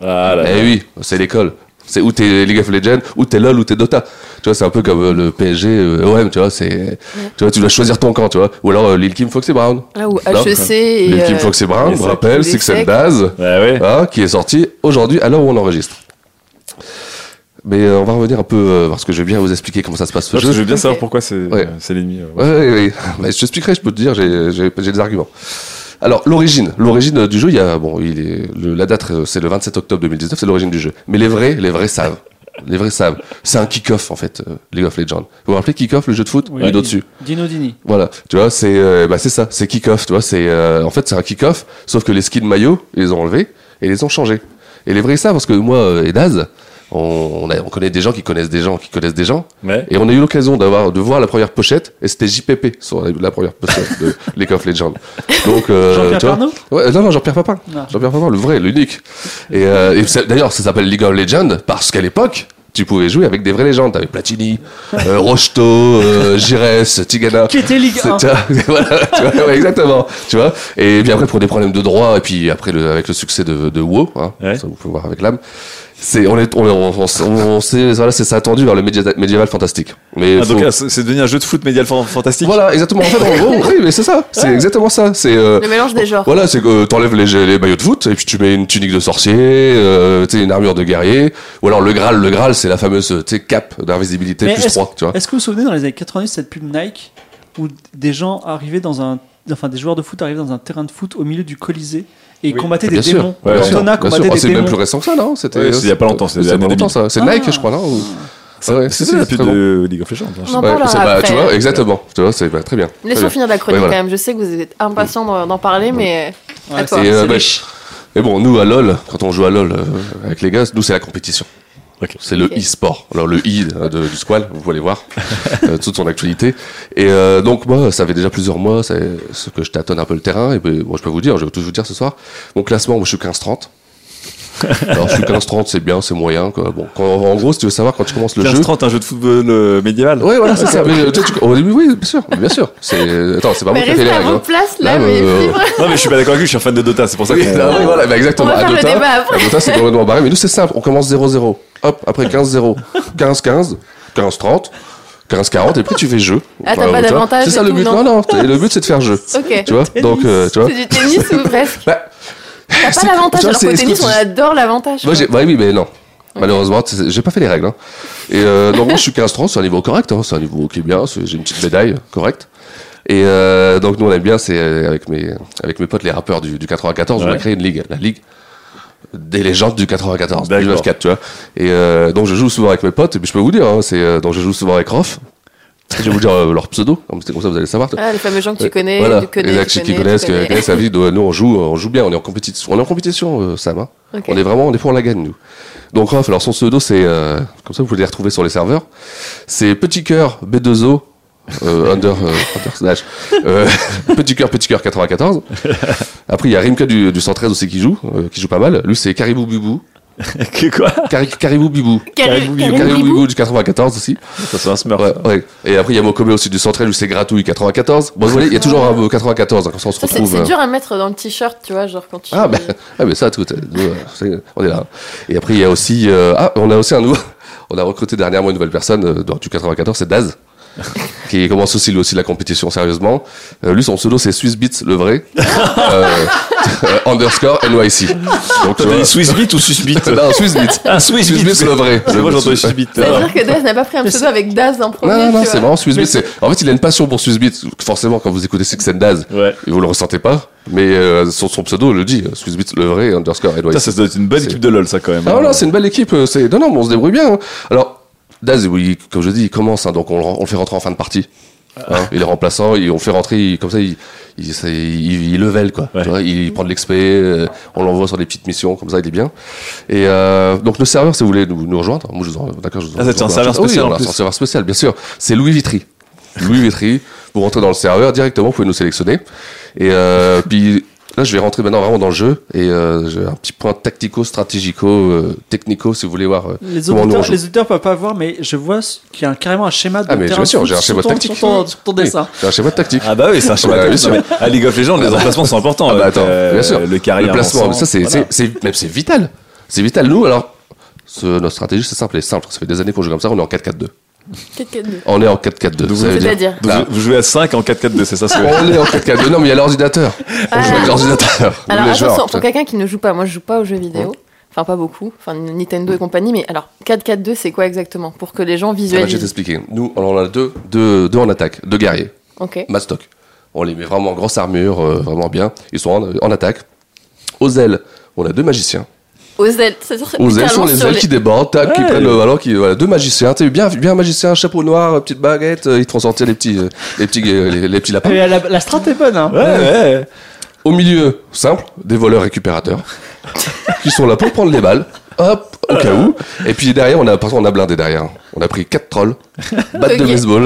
Ah, là, là. Eh oui, c'est l'école. C'est où t'es League of Legends, où t'es LoL, où t'es Dota. Tu vois, c'est un peu comme euh, le PSG, euh, OM, tu vois, c'est, tu vois, tu dois choisir ton camp, tu vois. Ou alors euh, Lil Kim Foxy Brown. Ah, ou Non. HEC et. Lil Kim euh, Foxy Brown, les je secs, rappelle, les Six and secs. Daz, Ouais, ouais. hein, qui est sorti aujourd'hui à l'heure où on enregistre. Mais euh, on va revenir un peu, euh, parce que je vais bien vous expliquer comment ça se passe ce Parce que jeu. je veux bien savoir pourquoi c'est Ouais. euh, c'est l'ennemi. euh, Ouais, ouais, ouais. Bah, je t'expliquerai, je peux te dire, j'ai- j'ai j'ai des arguments. Alors, l'origine. L'origine euh, du jeu, il y a, bon, il est, le- la date, euh, c'est le 27 octobre 2019, c'est l'origine du jeu. Mais les vrais, les vrais savent. Les vrais savent. C'est un kick-off, en fait, euh, League of Legends. Vous vous rappelez kick-off, le jeu de foot? Ludo dessus. Dino Dini. Voilà. Tu vois, c'est, euh, bah, c'est ça. C'est kick-off, tu vois. C'est, euh, en fait, c'est un kick-off, sauf que les skins maillots, ils les ont enlevés et les ont changés. Et les vrais savent, parce que moi euh, et Daz, on, on, a- on connaît des gens qui connaissent des gens qui connaissent des gens. Ouais. Et on a eu l'occasion d'avoir de voir la première pochette et c'était JPP sur la, la première pochette de League of Legends. Donc euh, Jean-Pierre tu vois- Pernaut Ouais, non non Jean-Pierre Papin. Ah. Jean-Pierre Papin le vrai, l'unique. Et, euh, et ça- d'ailleurs ça s'appelle League of Legends parce qu'à l'époque tu pouvais jouer avec des vraies légendes, t'avais Platini, euh, Rocheteau, euh, Giresse, Tigana. Qui était Ligue C'est- 1. tu vois, voilà, tu vois, ouais, exactement. Tu vois. Et puis après, pour des problèmes de droit, et puis après, le, avec le succès de, de WoW, hein, Ouais. ça vous pouvez voir avec l'âme, c'est, on est, on, est- on, on, on s'est- voilà, c'est, c'est attendu vers le média- médiéval fantastique. Mais Ah, faut- donc là, c'est c'est devenu un jeu de foot médial fan- fantastique. voilà, exactement. En fait, en gros, oui, mais c'est ça. C'est exactement ça. C'est, euh, Le mélange des genres. voilà, c'est que euh, t'enlèves les, les maillots de foot et puis tu mets une tunique de sorcier, euh, tu sais, une armure de guerrier, ou alors le Graal, le Graal, c'est la fameuse tu sais, cape d'invisibilité Mais plus est-ce- 3, tu vois. Est-ce que vous vous souvenez dans les années 90 cette pub Nike où des gens arrivaient dans un enfin des joueurs de foot arrivaient dans un terrain de foot au milieu du Colisée et combattaient des Ah, Bien sûr, démons. Ouais, bien sûr, Cantona Bien combattait sûr. Ah, des c'est même plus démons. Ah, récent que ça, non C'était Ouais, c'est il y a pas longtemps, c'est C'est les pas années longtemps, ça. C'est Nike, je crois, non Ou- Ça- Ouais, c'est c'est la très pub de League of Legends. hein. On en Ouais, parlera c'est- bah, après. tu vois, exactement. Tu vois, c'est bah, très bien. Très Laissons bien. finir la chronique Ouais, voilà. quand même. Je sais que vous êtes impatient d'en d'en parler, mais. euh, à Ouais, toi. Et, euh, Ah, C'est bah, riche. Mais bon, nous à LoL, quand on joue à LoL euh, avec les gars, nous c'est la compétition. Ok. C'est le Ok. e-sport. Alors le i euh, de- du squal, vous pouvez aller voir euh, toute son actualité. Et euh, donc moi, ça fait déjà plusieurs mois c'est ce que je tâtonne un peu le terrain. Et puis, bon, je peux vous dire, je vais tout vous dire ce soir. Mon classement, moi je suis 15-30. Alors je suis 15-30, c'est bien, c'est moyen. Quoi. Bon, quand- en gros, si tu veux savoir quand tu commences le jeu, 15-30, un jeu de football euh, médiéval. Ouais, voilà, c'est ça. Mais, euh, toi, tu- au début, oui, bien sûr, bien sûr. C'est, euh, attends, c'est pas Mais moi qui restez ai fait les à règles. votre hein. place là, Là, mais. euh, c'est vrai. Non, mais je suis pas d'accord avec lui, je suis un fan de Dota, c'est pour ça Oui, qu'on- non, oui, voilà, bah, exactement. On va à faire le Dota, débat après. à Dota, c'est complètement barré, mais nous, c'est simple. On commence 0-0. Hop, après 15-0, 15-15, 15-30. 15-40 et puis tu fais jeu. Ah, t'as pas tu vois, d'avantage C'est ça et le tout, but. non Non, non. t'es- Le but c'est de faire jeu. Ok. Tu vois. Donc euh, tu vois. C'est du tennis ou presque Bah, T'as c'est- pas l'avantage, tu vois, alors c'est- qu'au est-ce que tennis, tu- on adore l'avantage. quoi. Moi, j'ai, bah oui, mais non. Malheureusement, tu sais, j'ai pas fait les règles. Hein. Et euh, donc, moi, je suis 15 30 c'est un niveau correct. Hein. C'est un niveau qui est bien. c'est- J'ai une petite médaille correcte. Et euh, donc, nous, on aime bien, c'est euh, avec mes, avec mes potes, les rappeurs du, du 94, on a Ouais. créé une ligue, la Ligue des légendes du 94, D'accord. du 94, tu vois. Et euh, donc je joue souvent avec mes potes, et puis je peux vous dire, hein, c'est euh, donc je joue souvent avec Rof. Je vais vous dire euh, leur pseudo, comme c'est comme ça vous allez savoir. Ah, les fameux gens que tu Ouais, connais, Euh, voilà. tu connais, les tu actifs qui connais, connaissent, euh, tu qui connais. connaissent la vie. nous, on joue, on joue bien, on est en compétition, on est en compétition, euh, Sam. hein. Ok. On est vraiment, on est pour la gagne, nous. Donc, Raph, alors son pseudo, c'est, euh, comme ça, vous pouvez les retrouver sur les serveurs. C'est Petit Cœur B2O. euh, under, euh, under slash, euh, petit cœur, petit cœur 94. Après, il y a Rimka du, du 113 aussi qui joue, euh, qui joue pas mal. Lui, c'est Caribou Bibou. Que quoi Cari- Caribou Bibou. Caribou Bibou. Caribou Bibou du 94 aussi. Ça, c'est un smurf. Ouais, ouais. Et après, il y a Mokome aussi du Central, lui, c'est Gratouille 94. Bon, vous voyez, il y a toujours un mot 94, hein, comme ça, on se Ça, c'est retrouve. c'est euh, dur à mettre dans le t-shirt, tu vois, genre quand tu. Ah, ben, ah, mais ça, tout. euh, nous, euh, c'est- on est là. Et après, il y a aussi. euh, ah, on a aussi un nouveau. On a recruté dernièrement une nouvelle personne euh, dans du 94, c'est Daz. qui commence aussi lui aussi la compétition sérieusement. Euh, lui son pseudo c'est Swissbeats le vrai. Euh, underscore NYC. Donc tu T'as vois, dit Swiss Beat ou Swiss Beat non, Swissbeats. Ah, Swiss Beat. Swissbeats le vrai. C'est moi, j'entends Swiss Beat. Ça veut dire que Daz n'a pas pris un pseudo avec Daz en premier. Non, non, non, tu c'est vois. marrant, Swissbeat. c'est- En fait, il a une passion pour Swissbeat. Forcément, quand vous écoutez Six and Daz, Ouais. et vous le ressentez pas. Mais euh, son, son pseudo le dit, euh, Swissbeat, le vrai, underscore, NYC. Ça, ça doit être une bonne C'est- équipe de LoL, ça, quand même. Ah non, non, c'est une belle équipe. euh, C'est non, non, mais on se débrouille bien. hein. Alors Daz, oui, comme je dis, il commence, hein, donc on le, ren- on le fait rentrer en fin de partie. Ah. Hein, il est remplaçant, il- on le fait rentrer, il- comme ça, il, il, ça, il, il level quoi. Ouais. Tu vois, il, prend de l'expé, euh, on l'envoie sur des petites missions, comme ça, il est bien. Et euh, donc le serveur, si vous voulez nous, nous rejoindre, hein, moi je vous en, d'accord, je vous en- Ah, c'est je vous un en- serveur Ah oui, spécial, voilà, en plus. c'est un serveur spécial, bien sûr. C'est Louis Vitry. Louis Vitry, vous rentrez dans le serveur directement, vous pouvez nous sélectionner. Et euh, puis là, je vais rentrer maintenant vraiment dans le jeu et euh, j'ai un petit point tactico, stratégico, euh, technico, si vous voulez voir. euh, Les comment nous, on auditeurs, joue. les auditeurs peuvent pas voir, mais je vois ce- qu'il y a un- carrément un schéma de Ah mais terrain bien sûr, de j'ai un foot schéma sur ton- tactique. Sur ton, sur ton dessin. Oui, j'ai un schéma de tactique. Ah bah oui, c'est un schéma. Bah, bien sûr. À Ah, League of Legends, les emplacements sont importants. Ah bah euh, attends, euh, bien sûr. Le carré Le placement, avançant, mais ça c'est voilà. c'est- c'est- même c'est vital. C'est vital. Nous alors, ce- notre stratégie c'est simple, et simple. Ça fait des années qu'on joue comme ça. On est en 4-4-2. Qu'est-ce qu'il y a de- On est en 4-4-2. ça veut dire- C'est-à-dire Donc, vous- vous jouez à 5 en 4-4-2, c'est ça ce que- On est en 4-4-2. Non mais il y a l'ordinateur. On joue avec l'ordinateur. Ah. Alors Les joueurs, attention, putain. pour quelqu'un qui ne joue pas, moi je joue pas aux jeux vidéo. Enfin, pas beaucoup, enfin Nintendo et compagnie, mais alors 4-4-2, c'est quoi exactement Pour que les gens Ah bah, je vais visualisent. t'expliquer. Nous, on en a deux, deux, deux en attaque, deux guerriers, Ok. Mastoc. On les met vraiment en grosse armure, euh, vraiment bien. Ils sont en, en attaque. Aux ailes, on a deux magiciens. Aux ailes, c'est-à-dire Aux ailes, littéralement sont les sur ailes qui débordent, tac, qui Ouais. prennent le ballon, qui, voilà, deux magiciens. T'as eu bien, bien un magicien, chapeau noir, euh, petite baguette, euh, ils te font sortir les petits, euh, les petits, euh, les, les petits lapins. Et la, la strat est bonne, hein. Ouais, ouais. Au milieu, simple, des voleurs récupérateurs qui sont là pour prendre les balles. Hop, au cas où. Et puis derrière, on a, par contre, on a blindé derrière. On a pris quatre trolls, batte de Ok. baseball.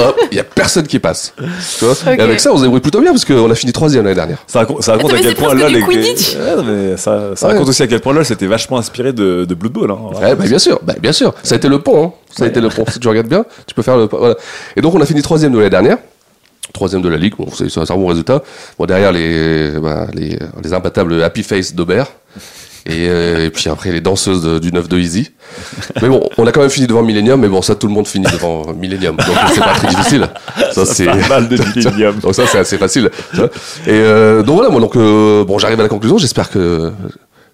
Hop, il y a personne qui passe. Tu vois Ok. Et avec ça, on se débrouille plutôt bien parce qu'on a fini troisième l'année dernière. Ça raconte, ça raconte Attends, à mais quel c'est point presque LoL du est- Quidditch. Ouais, non, mais ça, ça Ouais. raconte aussi à quel point LoL s'était vachement inspiré de, de Blood Bowl. Hein, Ouais, bah, bien sûr, bah, bien sûr. Ça a été le pont. Hein. Ça a été le pont. Si tu regardes bien, tu peux faire le. Voilà. Et donc, on a fini troisième de l'année dernière. Troisième de la ligue. Bon, c'est c'est un bon résultat. Bon, derrière les, bah, les, les imbattables Happy Face d'Aubert. Et, euh, et puis après les danseuses de- du 9 de Easy. Mais bon, on a quand même fini devant Millennium, mais bon, ça tout le monde finit devant Millennium. Donc c'est pas très difficile. Ça, c'est Pas mal de Millennium. donc ça c'est assez facile. tu vois. Et euh, donc voilà, moi donc euh, bon j'arrive à la conclusion. J'espère que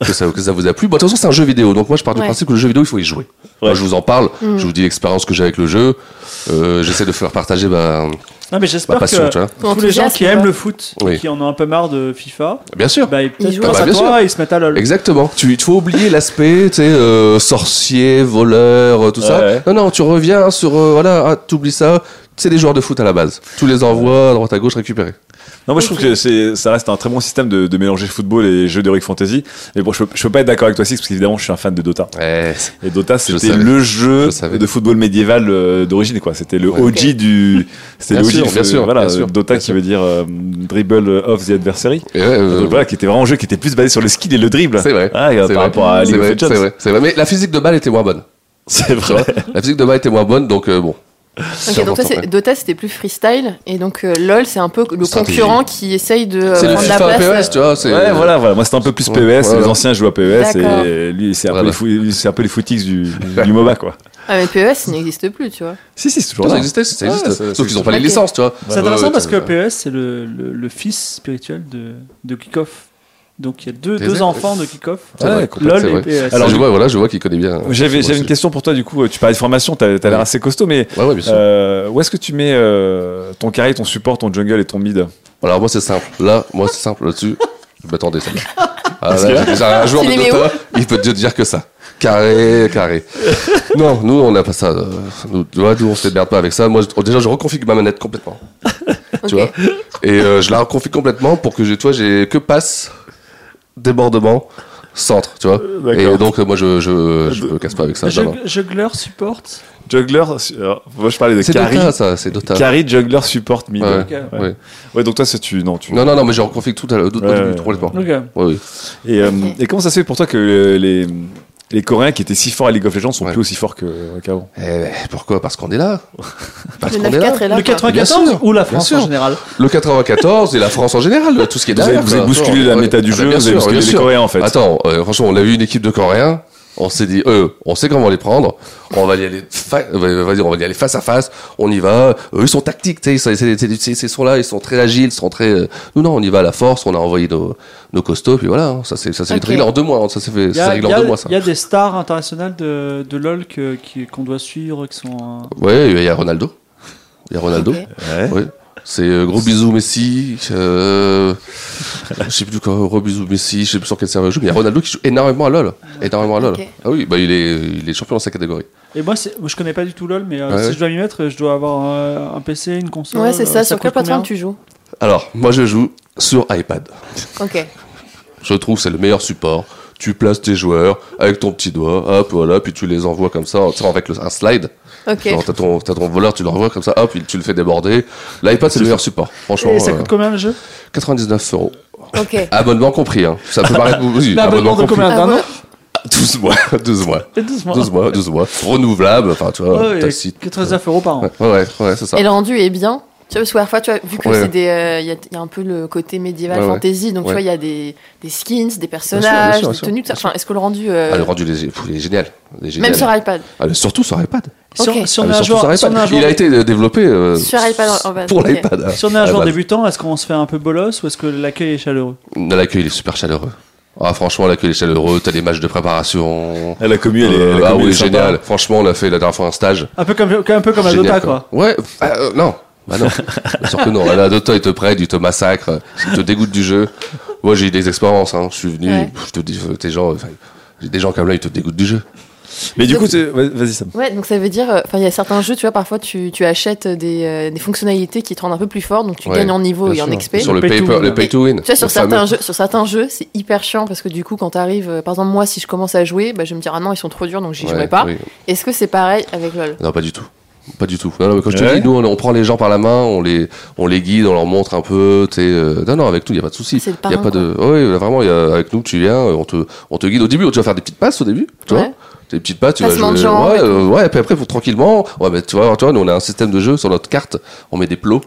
que ça, que ça vous a plu. Bon, de toute façon c'est un jeu vidéo, donc moi je pars du Ouais. principe que le jeu vidéo il faut y jouer. Moi, je vous en parle, je vous dis l'expérience que j'ai avec le jeu. Euh, J'essaie de faire partager bah, Non, mais j'espère Ma passion, tu vois. que tous les gens qui Enthousiasme, aiment quoi. le foot, Oui. qui en ont un peu marre de FIFA, bien sûr. bah, ils jouent. peut-être pensent Ah bah, à bien toi sûr. et ils se mettent à LoL. Exactement. Tu, il faut oublier l'aspect, tu sais, euh, sorcier, voleur, euh, tout ça. Ouais. Non, non, tu reviens sur, euh, voilà, ah, t'oublies ça. C'est des joueurs de foot à la base. Tous les envois à droite à gauche récupérés. Non, moi je trouve que c'est- ça reste un très bon système de, de mélanger football et jeux d'Heroic Fantasy. Mais bon, je, peux- je peux pas être d'accord avec toi, Six, parce qu'évidemment, je suis un fan de Dota. Ouais. Et Dota, c'était savais. le jeu Je savais. de football médiéval euh, d'origine, quoi. C'était le Ouais. OG du. C'était Bien le OG sûr, du- bien sûr, voilà, bien sûr, Dota bien qui sûr. veut dire euh, dribble of the adversary. Et ouais, euh, Donc voilà, qui était vraiment un jeu qui était plus basé sur le skill et le dribble. C'est vrai. Ah, et, euh, c'est par vrai, rapport à c'est League of vrai, Legends. c'est vrai, c'est vrai. Mais la physique de balle était moins bonne. C'est tu vois. vrai. la physique de balle était moins bonne, donc euh, bon. Ok, donc toi, important, c'est- euh, ouais. Dota c'était plus freestyle et donc euh, LoL c'est un peu le Stratégie. concurrent qui essaye de euh, C'est le prendre la FIFA E place. PES, tu vois. c'est- Ouais, voilà, voilà. Moi, c'était un peu plus Ouais, PES. Les voilà. anciens jouent à PES. D'accord. Et lui, c'est un, peu Voilà. les fou- lui, c'est un peu les footix du, du MOBA, quoi. Ah mais PES il n'existe plus, tu vois. Si, si, c'est toujours Ça, là. ça existait, ça Ouais, existe. ça- ça Sauf qu'ils n'ont pas les existe. licences, tu vois. C'est intéressant Ouais, parce ouais, que ouais. PES, c'est le, le, le fils spirituel de, de Kickoff. Donc il y a deux, Des- E deux enfants de Kickoff. C'est vrai, LOL c'est et E vrai. PES. Alors Alors, je vois, voilà, je vois qu'il connaît bien. J'avais j'avais une question pour toi, du coup. Tu parlais de formation, t'as t'as l'air Ouais. assez costaud, mais Ouais, ouais, bien sûr. euh, où est-ce que tu mets euh, ton carré, ton support, ton jungle et ton mid Alors moi c'est simple. Là, moi c'est simple là-dessus. Je m'attendais ça. Ah, là, j'ai un joueur Tu de les mets Dota, il peut te dire que ça. Carré, carré. non, nous, on n'a pas ça. euh, Nous, tu vois, nous, on se démerde pas avec ça. Moi, je- déjà, je reconfigure ma manette complètement. Tu vois Et euh, je la reconfigure complètement pour que, je- tu vois, j'ai que passe, débordement, centre, tu vois D'accord. Et donc, euh, moi, je, je, je me casse pas avec ça. non, non. Jug- Juggler supporte Juggler, su- alors, euh, moi je parlais de C'est Carrie. Dota, ça, c'est Dota. Carrie, Juggler, Support, Mid. Ouais, Ouais. Ok. ouais. donc toi, c'est tu. Non, tu. Non, non, non, mais je reconfigure tout à l'heure, tout- tout- Ouais, tout- ouais. tout complètement. Ok. Ouais, oui. Et, euh, Ok. et comment ça se fait pour toi que euh, les, les Coréens qui étaient si forts à League of Legends sont Ouais. plus aussi forts que- euh, qu'avant Eh ben, pourquoi Parce qu'on est là. Parce Le qu'on est là. 9-4 est là. Le quoi. 94 sûr, ou la bien France sûr. en général Le 94 et la France en général, tout ce qui est Vous avez, derrière. Ah, vous avez bousculé la méta du jeu, vous avez bousculé les Coréens en fait. Attends, euh, franchement, on a vu une équipe de Coréens. On s'est dit, euh, on sait comment les prendre. On va y aller, fa- on va- on va dire, on va y aller face à face. On y va. Eux, ils sont tactiques, tu sais, ils sont- c'est- c'est- c'est- ils sont là, ils sont très agiles, ils sont très. euh, Nous non, on y va à la force. On a envoyé nos, nos costauds, puis voilà. hein. Ça c'est, ça c'est Ok. réglé en deux mois. hein. Ça s'est fait, Il y, ça s'est a, réglé il y en a- deux mois ça. il y a des stars internationales de, de LoL que- qui- qu'on doit suivre, qui sont. euh, Ouais, il y a Ronaldo. Il y a Ronaldo. Ok. Ouais. Ouais. C'est euh, gros bisous Messi. Euh, je sais plus quoi, gros bisous Messi. Je sais plus sur quel serveur il joue. Mais il y a Ronaldo qui joue énormément à LOL. Énormément à LOL. Ok. Ah oui, bah il est, il est champion dans sa catégorie. Et moi, c'est- moi, je connais pas du tout LoL, mais euh, Ouais, si ouais. je dois m'y mettre, je dois avoir euh, un PC, une console. Ouais, c'est euh, ça. Sur quelle coûte combien plateforme tu joues Alors, moi je joue sur iPad. Ok. Je trouve que c'est le meilleur support. Tu places tes joueurs avec ton petit doigt, hop, voilà, puis tu les envoies comme ça, tu sais, avec le- un slide. Ok. Genre, T'as ton, t'as ton voleur, tu l'envoies comme ça, hop, il- tu le fais déborder. L'iPad, c'est le meilleur support. Franchement, Et ça euh, coûte combien le jeu 99 euros. Ok. Abonnement compris, hein. Ça peut paraître beaucoup. oui, L'abonnement de combien Ah D'un ouais. an 12 mois, 12 mois. Et 12 mois. Ah 12 mois, 12 mois. Renouvelable, enfin, tu vois, Ouais, et tacite. 99 euros par an. Ouais, ouais, ouais, ouais, c'est ça. Et le rendu est bien. Tu vois, parce que parfois, tu vois, vu que Ouais. c'est des. euh, Il y, a- il y a un peu le côté médiéval Ouais, ouais. fantasy, donc tu Ouais. vois, il y a des, des skins, des bien personnages, sûr, bien des sûr, tenues, tout ça. bien sûr. Enfin, est-ce que le rendu. euh, Ah, le rendu, il est, pff, il est génial. Il est génial. même sur iPad Ah, le- surtout sur iPad. Si on- Ok. Si on Ah, est le un surtout sur joueur- si iPad. on est un il a joueur- été euh, développé euh, Sur iPad, en- en base, pour ok. l'iPad. hein. si on est un À la joueur base. débutant, est-ce qu'on se fait un peu bolos ou est-ce que l'accueil est chaleureux L'accueil, il est super chaleureux. Ah, franchement, l'accueil est chaleureux. T'as des matchs de préparation. Ah, La commu, elle est, Euh, la ah commu, elle oui, est sympa. génial. Franchement, on a fait la dernière fois un stage. Un peu comme, un peu comme à Génial, Dota, quoi. Ouais, bah, euh, non. Bah non. Bien sûr que non. Là, Dota, ils te prennent, ils te massacrent, ils te dégoûtent du jeu. Moi, j'ai eu des expériences, hein. Je suis venu, Ouais. je te dis, euh, tes gens, enfin, j'ai des gens comme là, ils te dégoûtent du jeu. Mais du coup, c'est- ouais, vas-y Sam. Ouais, donc ça veut dire. euh, Enfin, il y a certains jeux, tu vois, parfois, tu, tu achètes des, euh, des fonctionnalités qui te rendent un peu plus fort, donc tu Ouais, gagnes en niveau Bien et en sûr. XP. Sur le Le pay pay, to per- win. le pay to win. Tu vois, sur le certains, fameux. jeux, sur certains jeux, c'est hyper chiant parce que du coup, quand t'arrives, euh, par exemple, moi, si je commence à jouer, bah, je vais me dire, ah non, ils sont trop durs donc j'y Ouais, jouerai pas. oui. Est-ce que c'est pareil avec LoL Non, pas du tout. Pas du tout. Non, non, mais quand je te Ouais. dis, nous, on, on prend les gens par la main, on les, on les guide, on leur montre un peu, tu sais, euh, non, non, avec nous, il n'y a pas de souci. Ah, C'est le Il y a parrain, pas de, ouais, là, vraiment, il y a, avec nous, tu viens, euh, on te, on te guide au début, tu vas faire des petites passes au début, tu vois. Ouais. Des petites passes, tu vas Placement jouer, de jambes et ouais, tout. euh, ouais, et puis après, faut tranquillement, ouais, mais tu vois, tu vois, nous, on a un système de jeu sur notre carte, on met des plots.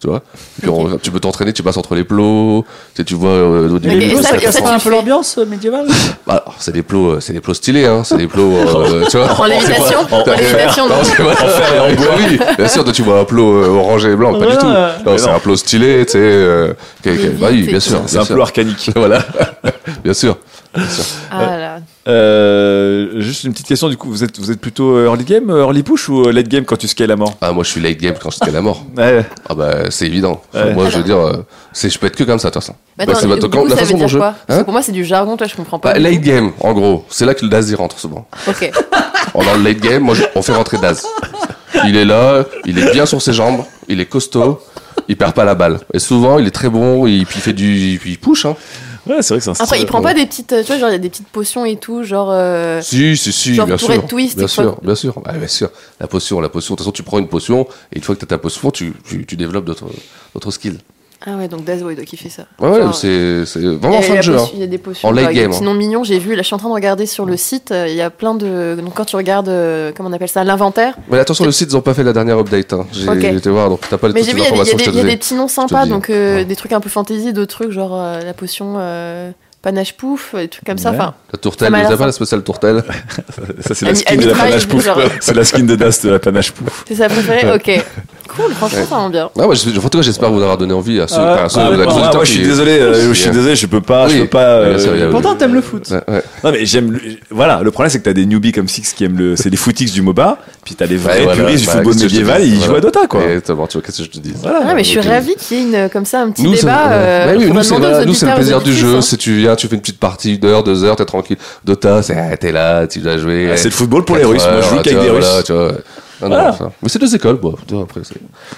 Tu vois, puis on- tu peux t'entraîner, tu passes entre les plots, tu, sais, tu vois euh, au début. Ok, Et et tu ça, ça, sais, et casse ça, pas tu un le peu fais. l'ambiance euh, médiévale bah, alors, c'est des plots, euh, c'est des plots stylés, hein, c'est des plots, euh, tu vois. En lévitation En T'as- lévitation, non. Non, Hein, c'est pas en bois. Oui, bien sûr, toi, tu vois un plot euh, orangé et blanc, pas Ouais, du tout. ouais. Non, c'est un plot stylé, tu sais. euh, qui- qui- Les bah oui, vitres et bien tout. sûr. C'est bien un sûr. peu arcanique. Voilà, bien sûr. Ah là. Euh, juste une petite question, du coup, vous êtes, vous êtes plutôt early game, early push ou euh, late game quand tu scales à mort Ah, moi, je suis late game quand je suis à la mort. ouais. Ah, bah, c'est évident. Enfin, Ouais. Moi, je veux dire, euh, c'est, je peux être que comme ça, de toute façon. Mais Bah, attends, c'est mais ma- du quand- coup, ça veut dont dire je- quoi Parce Hein que Pour moi, c'est du jargon, toi, je comprends pas. Bah, du late tout. game, en gros. C'est là que le Daz y rentre souvent. Ok. Oh, Dans le late game, moi, je- on fait rentrer Daz. Il est là, il est bien sur ses jambes, il est costaud, il perd pas la balle. Et souvent, il est très bon, il, puis il fait du, puis il push, hein. Ouais, c'est vrai que c'est un Après, il prend ouais. pas des petites, euh, tu vois, genre il y a des petites potions et tout, genre. euh, Si, si, si, Genre bien Tourette sûr. Twist, bien une fois sûr, bien sûr. Ah, bien sûr. La potion, la potion. De toute façon, tu prends une potion et une fois que tu as ta potion, tu, tu, tu développes d'autres d'autres skills. Ah ouais, donc Dazo il doit kiffer ça. Ouais, ouais, Genre, c'est c'est il y vraiment a- fin il y de a jeu. potion- hein. Il y a des potions En late avec des game, petits hein. noms mignons. J'ai vu, là, je suis en train de regarder sur le site. euh, Il y a plein de. Donc, quand tu regardes, euh, comment on appelle ça, l'inventaire. Mais attention, le site, ils ont pas fait la dernière update. Hein. J'ai Ok. j'ai été voir, donc t'as pas Mais toutes j'ai vu, il les y a des- il y, a informations que des- je il te y a donnais. des petits noms sympas, dis, hein. donc euh, ouais. des trucs un peu fantasy, d'autres trucs genre euh, la potion euh, panache pouf, des trucs comme ça. Ouais. Enfin, La Ça tourtelle, m'a vous l'air avez pas sympa. la spéciale tourtelle Ça, c'est la Ami- skin de la Amitraille, panache pouf. genre. C'est la skin de Das de la panache pouf. c'est sa préférée Ok, cool, franchement, ça rend bien. Ah, ouais, je- en tout cas, j'espère vous avoir donné envie à ceux, Ah, enfin, à ceux ah, à ouais, ceux bah, auditeurs moi, je suis qui- désolé, euh, je suis désolé, je peux pas, je Oui. peux pas. Ouais, euh, c'est vrai, Pourtant, t'aimes le foot. Ouais, ouais. Non mais j'aime. le- Voilà, le problème c'est que t'as des newbies comme Six qui aiment le, c'est les footix du MOBA, puis t'as les vrais Ouais, voilà, puristes bah, du football qu'est-ce que je te médiéval, dis ils Voilà. jouent à Ah, Dota quoi. Exactement, tu vois, qu'est-ce que je te dis Voilà. Ah, mais je suis ok. ravie qu'il y ait une, euh, comme ça un petit Nous, c'est débat. euh, ouais, qu'on oui, va nous, c'est demander aux voilà, nous, c'est auditeurs, le hein. plaisir aux du jeu. auditrices, Si tu viens, tu fais une petite partie d'une heure, deux heures, t'es tranquille. Dota, c'est ah, t'es là, tu dois jouer. Ah, c'est le football pour les Quatre Russes. Moi, je heures, joue qu'avec tu des vois, voilà, Russes. tu vois. Non, non, Voilà. ça. Mais c'est deux écoles, bon, tu vois, après, c'est.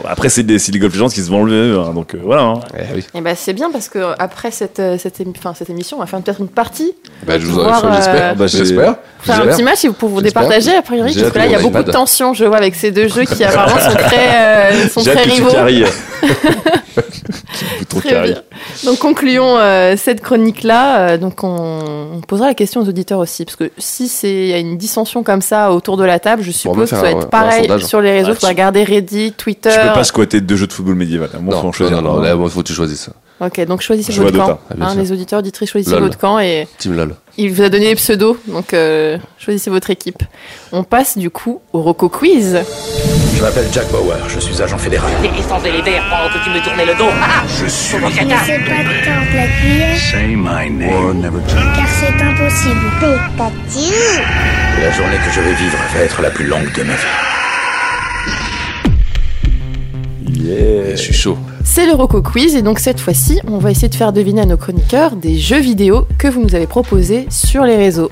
Après c'est des, c'est des League of Legends qui se vendent le mieux, hein, donc euh, voilà. hein. Eh oui. hein. Eh ben, c'est bien parce que après cette, euh, cette, émi- enfin, cette émission, on va faire peut-être une partie, Bah, je vous en Voir, euh, j'espère. Bah, j'ai- j'espère. faire un J'espère. petit match et pour vous J'espère. départager a priori, J'ai parce hâte que là il y a qu'on ait beaucoup de iPad. tension, je vois, avec ces deux jeux qui apparemment sont très, euh, sont J'ai hâte très que tu rivaux. carries, euh, le bouton Très carry. bien. Donc concluons euh, cette chronique-là. Euh, donc on, on posera la question aux auditeurs aussi, parce que si c'est il y a une dissension comme ça autour de la table, je On va suppose que ça faire va un- être un pareil sondage. hein. sur les réseaux. Ah, tu vas tu- regarder Reddit, Twitter. Tu peux pas squatter deux jeux de football médiéval. hein. Moi, Non, faut en non, choisir. non, non, un. là, moi, faut que tu choisisses ça. Ok, donc choisissez Joue à votre Dota. camp. Ah, bien hein, sûr. les auditeurs, auditrices, choisissez Lol. votre camp et Team LOL. il vous a donné les pseudos, donc euh, choisissez votre équipe. On passe du coup au Roco Quiz. Je m'appelle Jack Bauer, je suis agent fédéral. T'es essentiel les verres pendant que tu me tournais le dos. Ah Je suis. Il ne fait pas de temps de la cuillère Say my name. car c'est impossible. Pétatine La journée que je vais vivre va être la plus longue de ma vie. Yeah. Eh, Je suis chaud. C'est le Roco Quiz et donc cette fois-ci, on va essayer de faire deviner à nos chroniqueurs des jeux vidéo que vous nous avez proposés sur les réseaux.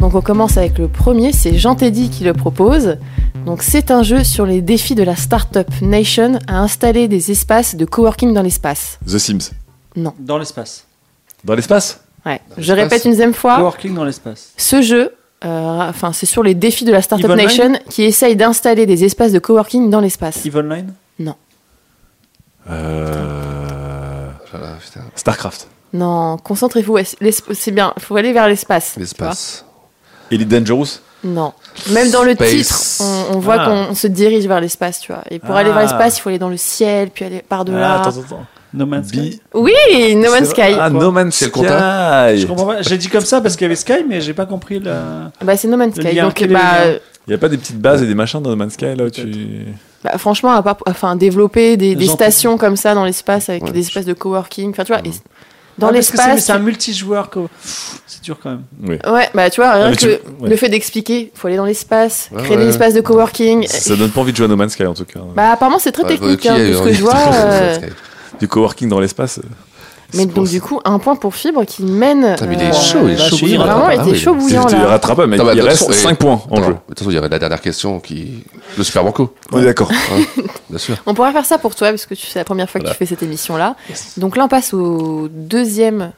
Donc on commence avec le premier, c'est Jean Teddy qui le propose. Donc c'est un jeu sur les défis de la startup Nation à installer des espaces de coworking dans l'espace. The Sims. Dans l'espace. Dans l'espace Ouais. Je répète une deuxième fois. Coworking dans l'espace. Ce jeu, euh, enfin, c'est sur les défis de la Startup Yvonne Nation qui essaye d'installer des espaces de coworking dans l'espace. Yves Online Euh, Voilà, Ah, putain. Starcraft. Non, concentrez-vous, es- l'esp- c'est bien, il faut aller vers l'espace. tu L'espace. Ah, Elite Dangerous. vois. Non. Même dans le Space. titre, on, on voit Ah. qu'on on se dirige vers l'espace, tu vois. Et pour aller vers Ah. l'espace, il faut aller dans le ciel, puis aller Ah, par-delà. attends, attends. No Man's Sky. Bi- oui, No Man's C'est- Sky. Ah, No Man's C'est Sky. le compta. Je comprends pas. J'ai dit comme ça parce qu'il y avait Sky, mais j'ai pas compris la. Bah, c'est No Man's Le Sky. lien, Donc, quel est le bah, lien euh, Il y a pas des petites bases et des machins dans No Man's Sky là où tu. bah, franchement, à part, enfin, développer des, des Gentil. stations comme ça dans l'espace avec Ouais. des espaces de coworking. Enfin, tu vois, et- dans Ah, parce que c'est- mais l'espace. C'est un multijoueur. quoi. C'est dur quand même. Oui. Ouais, bah tu vois, rien Ah, mais que tu- le- ouais. le fait d'expliquer, faut aller dans l'espace, Ouais, créer ouais. des espaces de coworking. Ça ça donne pas envie de jouer à No Man's Sky en tout cas. Bah apparemment c'est très Ouais, technique, qui hein, a eu de ce que envie je vois. de- euh, Du coworking dans l'espace. euh, Mais c'est donc pour- du coup, un point pour Fibre qui mène. Putain, mais il euh, est chaud, il est bah, chaud. je suis bouillant, vraiment là. été Ah oui. chaud bouillant C'était là. rattrapable, mais Attends, bah, il de toute reste façon, 5 et- points en Attends, jeu. De toute façon, il y aurait la dernière question qui. Le Super Banco. On est d'accord. hein, Bien sûr. On pourrait faire ça pour toi parce que tu- c'est la première fois que tu fais cette émission là. Donc là on passe au deuxième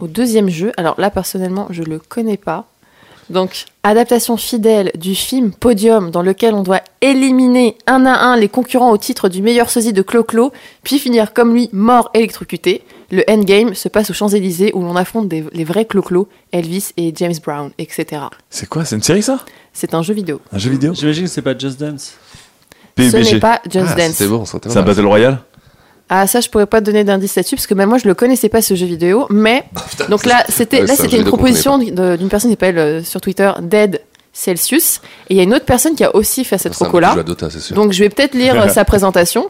au deuxième jeu. Alors là personnellement je le connais pas. Donc adaptation fidèle du film Podium dans lequel on doit éliminer un à un les concurrents au titre du meilleur sosie de Clo-Clo, puis finir comme lui mort électrocuté. Le endgame se passe aux Champs-Élysées où l'on affronte des- les vrais Clo-Clo, Elvis et James Brown, etc. C'est quoi C'est une série ça C'est un jeu vidéo. Un jeu vidéo J'imagine que c'est pas Just Dance. Ce n'est PUBG. pas Just Ah, Dance. C'était bon, c'était C'est un pas mal. Battle Royale Ah ça je pourrais pas te donner d'indice là-dessus parce que même moi je le connaissais pas ce jeu vidéo mais donc là c'était Ouais, là Ah, c'est un c'était jeu une vidéo qu'on proposition de- d'une personne qui s'appelle euh, sur Twitter Dead Celsius et il y a une autre personne qui a aussi fait cette Ah, C'est un roco petit là jeu à Dota, c'est sûr. donc je vais peut-être lire euh, sa présentation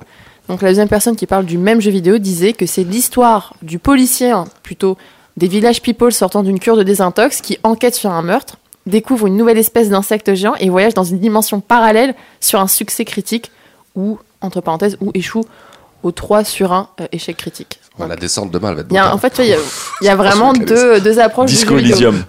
donc la deuxième personne qui parle du même jeu vidéo disait que c'est l'histoire du policier hein, plutôt des village people sortant d'une cure de désintox qui enquête sur un meurtre découvre une nouvelle espèce d'insecte géant et voyage dans une dimension parallèle sur un succès critique ou, entre parenthèses, ou échoue au 3 sur 1 euh, échec critique. Ouais, La descente demain, elle va être. Il y a, brutale. en fait, tu vois, il y a, il y a vraiment Franchement, deux, deux approches. du Disco jeu vidéo. Elysium.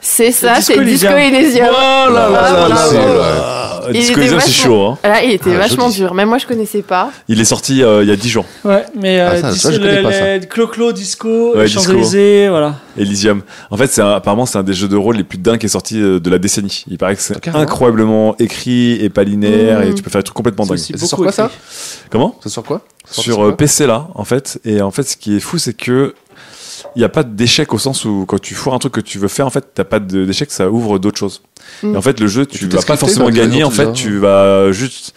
C'est ça, Disco c'est Disco Elysium. Oh là là là là Bravo. C'est, là. euh, ouais. Ah, Il Disco était Elysium, c'est vachement- chaud. hein. Là, il était Ah, vachement joli. dur. Même moi, je connaissais pas. Il est sorti euh, il y a 10 jours. Ouais, mais Ah, euh, ça, dis- ça, je le- connais pas, ça. le- Clo-Clo, Disco, Ouais, les disco. Champs-Élysées, voilà. Elysium. En fait, c'est un- apparemment, c'est un des jeux de rôle les plus dingues qui est sorti euh, de la décennie. Il paraît que c'est Ah, carrément. incroyablement écrit et pas linéaire Mmh. et tu peux faire des trucs complètement C'est dingues. aussi Et c'est sur beaucoup quoi, ça écrit. Comment C'est sur quoi C'est Sur euh, quoi PC là, en fait. Et en fait, ce qui est fou, c'est que il n'y a pas d'échec au sens où quand tu foires un truc que tu veux faire, en fait, t'as pas de- d'échec, ça ouvre d'autres choses. Mmh. Et en fait, le jeu, tu tout vas est pas scripté, forcément donc, gagner. dans En tout fait, ça. tu vas juste,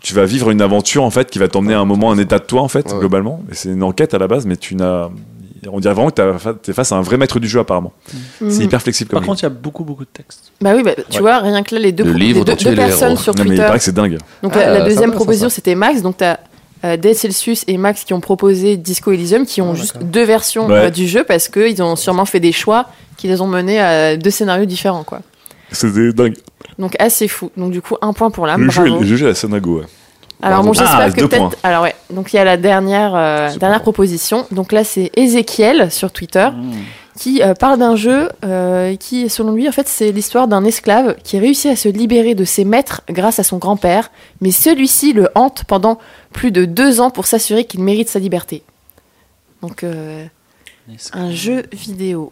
tu vas vivre une aventure en fait qui va t'emmener à un moment, un état de toi en fait, Ouais. globalement. Et c'est une enquête à la base, mais tu n'as, on dirait vraiment que tu es face à un vrai maître du jeu, apparemment. C'est Mhm. hyper flexible comme Par jeu. contre, il y a beaucoup, beaucoup de textes. Bah oui, bah, tu Ouais. vois, rien que là, les deux, Le les livre deux- dont tu deux es l'héros. personnes sur Non, mais il Twitter. paraît que c'est dingue. Donc Ah, la, la ça deuxième va, ça proposition, va. c'était Max. Donc tu as Dead Celsius et Max qui ont proposé Disco Elysium, qui ont juste deux versions Ouais. euh, du jeu parce qu'ils ont sûrement fait des choix qui les ont menés à deux scénarios différents. quoi. C'est dingue. Donc assez fou. Donc du coup, un point pour l'âme. Le jeu, Ah, bravo. le jeu à la Sonago, ouais. Alors bon, Ah, j'espère que deux peut-être. points. Alors ouais, donc il y a la dernière, euh, C'est dernière bon. proposition. Donc là, c'est Ezekiel sur Twitter Hmm. qui euh, parle d'un jeu euh, qui, selon lui, en fait, c'est l'histoire d'un esclave qui réussit à se libérer de ses maîtres grâce à son grand-père, mais celui-ci le hante pendant plus de deux ans pour s'assurer qu'il mérite sa liberté. Donc euh, un jeu vidéo.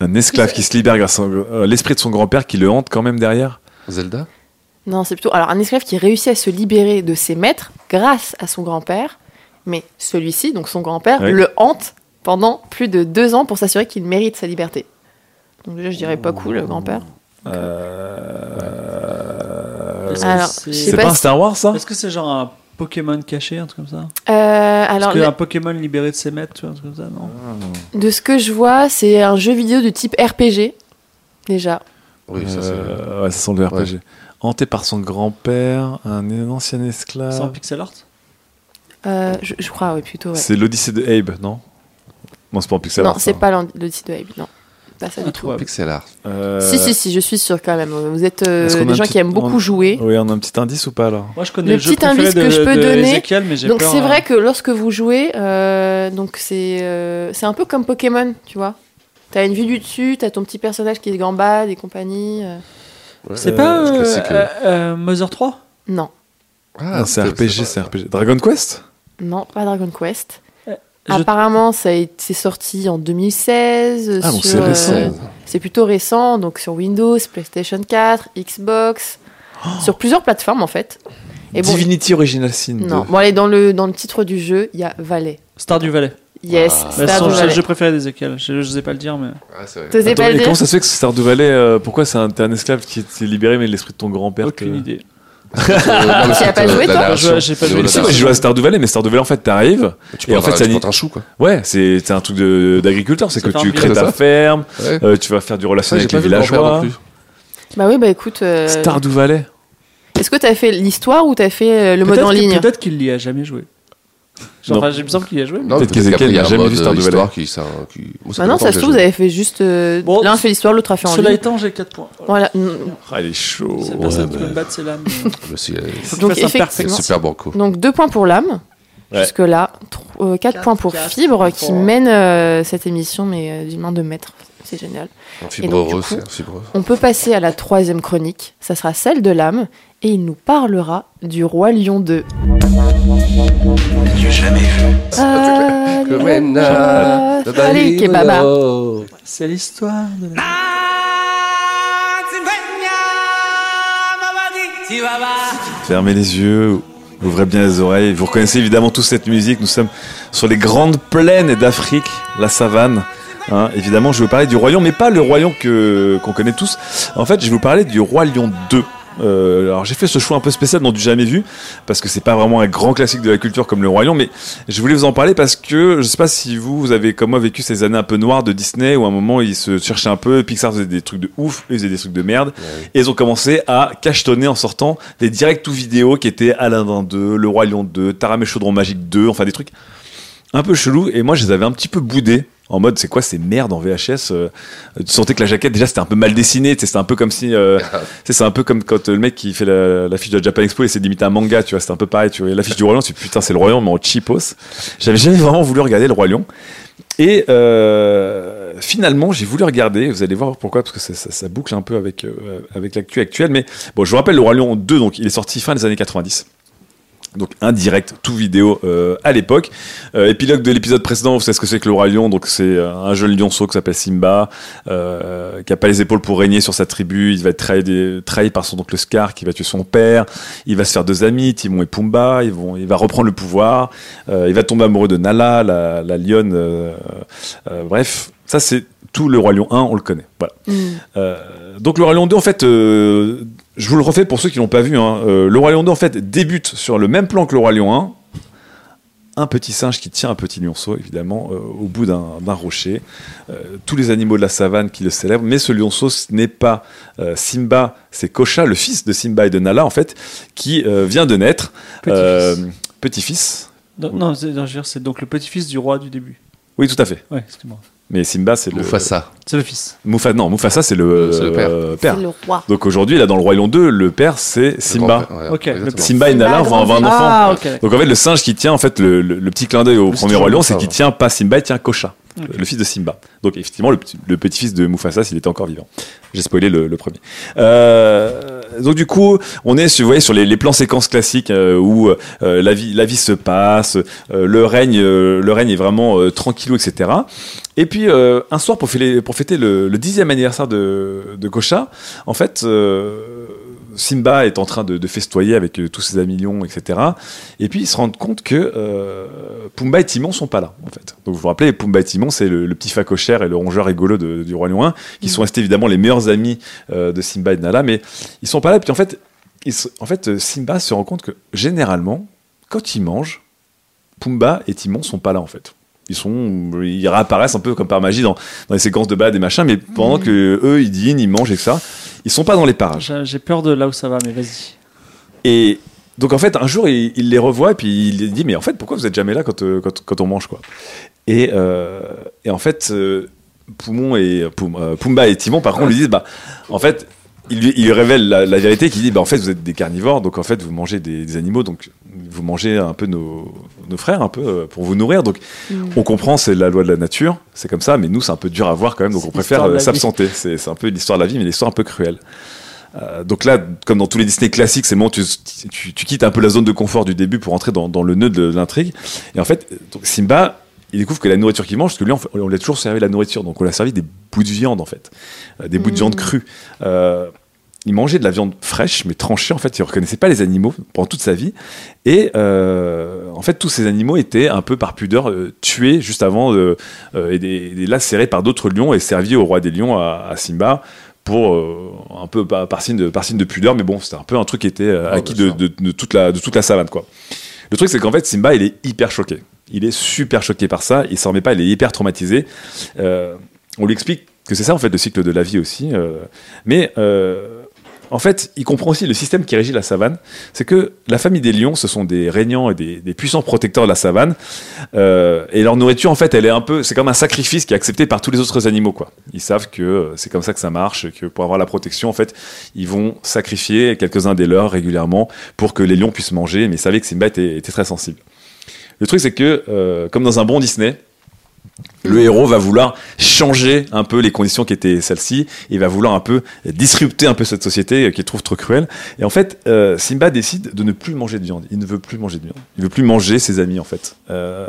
Un esclave qui se libère grâce à euh, l'esprit de son grand-père qui le hante quand même derrière. Zelda Non, c'est plutôt alors un esclave qui réussit à se libérer de ses maîtres grâce à son grand-père, mais celui-ci, donc son grand-père, Oui. le hante pendant plus de deux ans pour s'assurer qu'il mérite sa liberté. Donc déjà, je dirais pas cool, le grand-père. Euh, Est-ce Alors, que je sais C'est c'est pas pas un si- Star Wars, ça Euh, est-ce que c'est genre un Pokémon caché, un truc comme ça Euh, Est-ce alors, qu'un Pokémon libéré de ses maîtres, tu vois, un truc comme ça Non. De ce que je vois, c'est un jeu vidéo de type RPG. Déjà. Oui, ça c'est. Euh, Ouais, ça sent le RPG. Hanté par son grand-père, un ancien C'est en esclave. pixel art Euh, je, je crois, oui, plutôt. ouais. C'est l'Odyssée de Abe, non Non, c'est pas en pixel Non, art, c'est ça. Ah, pas l'an- le titre de Abe, non. Pas ça du tout. Introuvable. Pixel art. Euh, Si, si, si, je suis sûre quand même. Vous êtes euh, Est-ce qu'on a des un gens petit- qui aiment beaucoup on- jouer. Oui, on a un petit indice ou pas alors Moi, je connais Le le, jeu petit préféré indice de, que je peux de donner. Ezekiel, mais j'ai Donc peur, c'est hein. vrai que lorsque vous jouez, euh, donc c'est euh, c'est un peu comme Pokémon, tu vois. T'as une vue du dessus, t'as ton petit personnage qui se gambade et compagnie. euh. C'est pas Euh, euh, classique, euh, euh, Mother 3 Non, Ah, Non, c'est RPG, c'est RPG. Dragon Quest non, pas Dragon Quest. Euh, je- Apparemment, ça a été- c'est sorti en 2016. Ah, donc sur, c'est euh, récent. C'est plutôt récent, donc sur Windows, PlayStation 4, Xbox, sur plusieurs plateformes en fait. Et bon, Oh. Divinity Original Sin. non. 2. Bon, allez, dans le, dans le titre du jeu, il y a Valet. Star du Valais. Yes, Ah. Bah, Star son- du C'est le Valais. jeu préféré d'Ezekiel. Je ne sais pas le dire, mais. Ah, c'est vrai. T'osais Attends, pas et le dire comment ça se fait que ce Star du Valais, euh, pourquoi c'est un, t'es un esclave qui était libéré mais l'esprit de ton grand-père te- Aucune idée. mais Tu as pas joué, toi J'ai- j'ai pas joué. Mais si, moi, j'ai joué à Star du Valais, mais Star du Valais, en fait, t'arrives, Tu Et en prends fait, un- ça tu dit- prends un chou, quoi. ouais, c'est c'est un truc de- d'agriculteur, c'est C'est que faire tu un crée bilan. ta ferme, Ouais. euh, tu vas faire du Ça, relation j'ai avec pas les vu le grand-père non villageois. plus. Bah oui, bah écoute, euh, Star du Valais est-ce que t'as fait l'histoire ou t'as fait euh, le mode Peut-être en que- ligne Peut-être qu'il n'y a jamais joué. Genre, Non. enfin, il me semble qu'il y a joué. mais- Non, Peut-être peut-être qu'Ezekiel qu'après, il y n'a a un jamais vu mode Star du Valais. histoire qui. ça- qui- Moi, fait Bah non, longtemps ça que se j'ai trouve, vous joué. avez fait juste. euh, Bon, L'un fait l'histoire, l'autre a fait en Cela ligne. étant, j'ai 4 points. Voilà. mm, Ah, il est chaud. C'est la personne ouais, qui peut bah. me battre, c'est l'âme. Mais c'est- Faut que Donc, je fasse un C'est effectivement- perfect. super banco. Donc deux points pour l'âme. Ouais. Jusque-là, 4 Quatre, points pour quatre, Fibre qui trois. mène euh, cette émission, mais euh, d'une main de maître. C'est génial. Un Et fibre donc, du heureux, coup- c'est un fibre heureux. On peut passer à la troisième chronique. Ça sera celle de l'âme et il nous parlera du roi Lion 2. N'as-tu jamais vu Euh, Allez, Kebaba. C'est l'histoire de la. Fermez les yeux, ouvrez bien les oreilles. Vous reconnaissez évidemment tous cette musique. Nous sommes sur les grandes plaines d'Afrique, la savane. Hein, évidemment, je vais vous parler du roi lion, mais pas le roi lion que qu'on connaît tous. En fait, je vais vous parler du roi lion 2. Euh, alors j'ai fait ce choix un peu spécial dans du jamais vu parce que c'est pas vraiment un grand classique de la culture comme le roi lion mais je voulais vous en parler parce que je sais pas si vous, vous avez comme moi vécu ces années un peu noires de Disney où à un moment ils se cherchaient un peu Pixar faisait des trucs de ouf eux, ils faisaient des trucs de merde et ils ont commencé à cachetonner en sortant des directs ou vidéos qui étaient Aladdin 2, Le Roi Lion 2, Taram et Chaudron Magique 2, enfin des trucs un peu chelous. Et moi, je les avais un petit peu boudés. En mode, c'est quoi ces merdes en VHS euh, Tu sentais que la jaquette, déjà, c'était un peu mal dessinée. tu sais, C'était un peu comme si. euh, tu sais, c'est un peu comme quand euh, le mec qui fait la- l'affiche de la Japan Expo et c'est d'imiter un manga, tu vois. C'était un peu pareil. Tu vois, Et l'affiche du Roi Lion, tu dis, putain, c'est le Roi Lion, mais en cheapos. J'avais jamais vraiment voulu regarder le Roi Lion. Et euh, finalement, j'ai voulu regarder. Vous allez voir pourquoi, parce que ça, ça- ça boucle un peu avec, euh, avec l'actu actuelle. Mais bon, je vous rappelle, le Roi Lion 2, donc, il est sorti fin des années 90. Donc indirect, tout vidéo euh, à l'époque. Euh, épilogue de l'épisode précédent, vous savez ce que c'est que le roi lion. Donc c'est euh, un jeune lionceau qui s'appelle Simba, euh, qui a pas les épaules pour régner sur sa tribu. Il va être trahi, des- trahi par son oncle Scar, qui va tuer son père. Il va se faire deux amis, Timon et Pumba. Ils vont, il va reprendre le pouvoir. Euh, il va tomber amoureux de Nala, la, la lionne. euh, euh, bref, ça c'est tout le roi lion 1, on le connaît. Voilà. Mm. Euh, donc le Roi Lion 2, en fait, euh, je vous le refais pour ceux qui l'ont pas vu. hein. Euh, le Roi Lion 2, en fait, débute sur le même plan que le Roi Lion 1, un petit singe qui tient un petit lionceau, évidemment, euh, au bout d'un d'un rocher. Euh, tous les animaux de la savane qui le célèbrent, mais ce lionceau, ce n'est pas euh, Simba, c'est Kocha, le fils de Simba et de Nala, en fait, qui euh, vient de naître. Petit-fils. Euh, Petit-fils. Non, non, c'est non, je veux dire, c'est donc le petit-fils du roi du début. oui, tout à fait. Ouais, excuse-moi. Mais Simba, c'est le. Mufasa. C'est le fils. Moufa- non, Mufasa, c'est le, C'est le père. euh, C'est le roi. Donc aujourd'hui, là, dans le Roi Lion 2, le père, c'est Simba. Le grand-père, ouais, Ok, le exactement. Simba et Nala vont avoir un enfant. Ah, ok. d'accord. Donc en fait, le singe qui tient, en fait, le, le- le petit clin d'œil au premier Roi strong, Lion, c'est ça, qu'il ouais. tient pas Simba, il tient Kocha, Ok. le fils de Simba. Donc effectivement, le, petit- le petit-fils de Mufasa, s'il était encore vivant. J'ai spoilé le, le premier. Euh, donc du coup, on est sur, vous voyez, sur les, les plans séquences classiques euh, où euh, la, vie, la vie se passe, euh, le, règne, euh, le règne est vraiment euh, tranquillou, etc. Et puis euh, un soir, pour fêter, pour fêter le, le dixième anniversaire de, de Kocha, en fait, euh, Simba est en train de, de festoyer avec euh, tous ses amis lions, etc. Et puis ils se rendent compte que euh, Pumba et Timon sont pas là, en fait. Donc vous vous rappelez, Pumba et Timon, c'est le, le petit facochère et le rongeur rigolo de- du roi lion 1, qui sont restés évidemment les meilleurs amis euh, de Simba et de Nala, mais ils sont pas là. Et puis en fait, ils se- en fait, euh, Simba se rend compte que généralement, quand ils mangent, Pumba et Timon sont pas là, en fait. Ils, sont, ils réapparaissent un peu comme par magie dans, dans les séquences de balade et machin, mais pendant que eux ils dînent, ils mangent et ça, ils sont pas dans les parages. J'ai j'ai peur de là où ça va, mais vas-y. Et donc en fait, un jour, il, il les revoit et puis il les dit, mais en fait, pourquoi vous êtes jamais là quand, euh, quand, quand on mange quoi et, euh, et en fait, euh, Poumon et, Poum- euh, Pumba et Timon, par contre, lui disent, bah, en fait, il lui, il lui révèle la, la vérité qui dit, bah, en fait, vous êtes des carnivores, donc en fait, vous mangez des, des animaux, donc vous mangez un peu nos, nos frères, un peu, euh, pour vous nourrir. Donc Mm. on comprend, c'est la loi de la nature, c'est comme ça, mais nous, c'est un peu dur à voir quand même, donc C'est on préfère l'histoire de euh, la vie. s'absenter. C'est c'est un peu l'histoire de la vie, mais l'histoire un peu cruelle. Euh, donc là, comme dans tous les Disney classiques, c'est le moment où tu, tu- tu quittes un peu la zone de confort du début pour entrer dans, dans le nœud de l'intrigue. Et en fait, donc Simba, il découvre que la nourriture qu'il mange, parce que lui, en fait, on lui a toujours servi la nourriture, donc on lui a servi des bouts de viande en fait, Euh, des bouts de viande crue. Euh, il mangeait de la viande fraîche, mais tranchée en fait, il reconnaissait pas les animaux pendant toute sa vie. Et euh, en fait, tous ces animaux étaient un peu par pudeur euh, tués juste avant euh, euh, et, des, des lacérés par d'autres lions et servis au roi des lions à, à Simba pour euh, un peu par, par signe de, par signe de pudeur, mais bon, c'était un peu un truc qui était euh, Ah, acquis bien de, sûr. de- de toute la, de toute la savane, quoi. Le truc, c'est qu'en fait, Simba, il est hyper choqué. Il est super choqué par ça, il s'en remet pas, il est hyper traumatisé. Euh, on lui explique que c'est ça, en fait, le cycle de la vie aussi. euh, mais euh, en fait, il comprend aussi le système qui régit la savane. C'est que la famille des lions, ce sont des régnants et des, des puissants protecteurs de la savane. Euh, et leur nourriture, en fait, elle est un peu, c'est comme un sacrifice qui est accepté par tous les autres animaux, quoi. Ils savent que euh, c'est comme ça que ça marche, que pour avoir la protection, en fait, ils vont sacrifier quelques-uns des leurs régulièrement pour que les lions puissent manger. Mais ils savaient que Simba était, était très sensible. Le truc, c'est que, euh, comme dans un bon Disney, le héros va vouloir changer un peu les conditions qui étaient celles-ci. Il va vouloir un peu disrupter un peu cette société euh, qu'il trouve trop cruelle. Et en fait, euh, Simba décide de ne plus manger de viande. Il ne veut plus manger de viande. Il veut plus manger ses amis, en fait. Euh,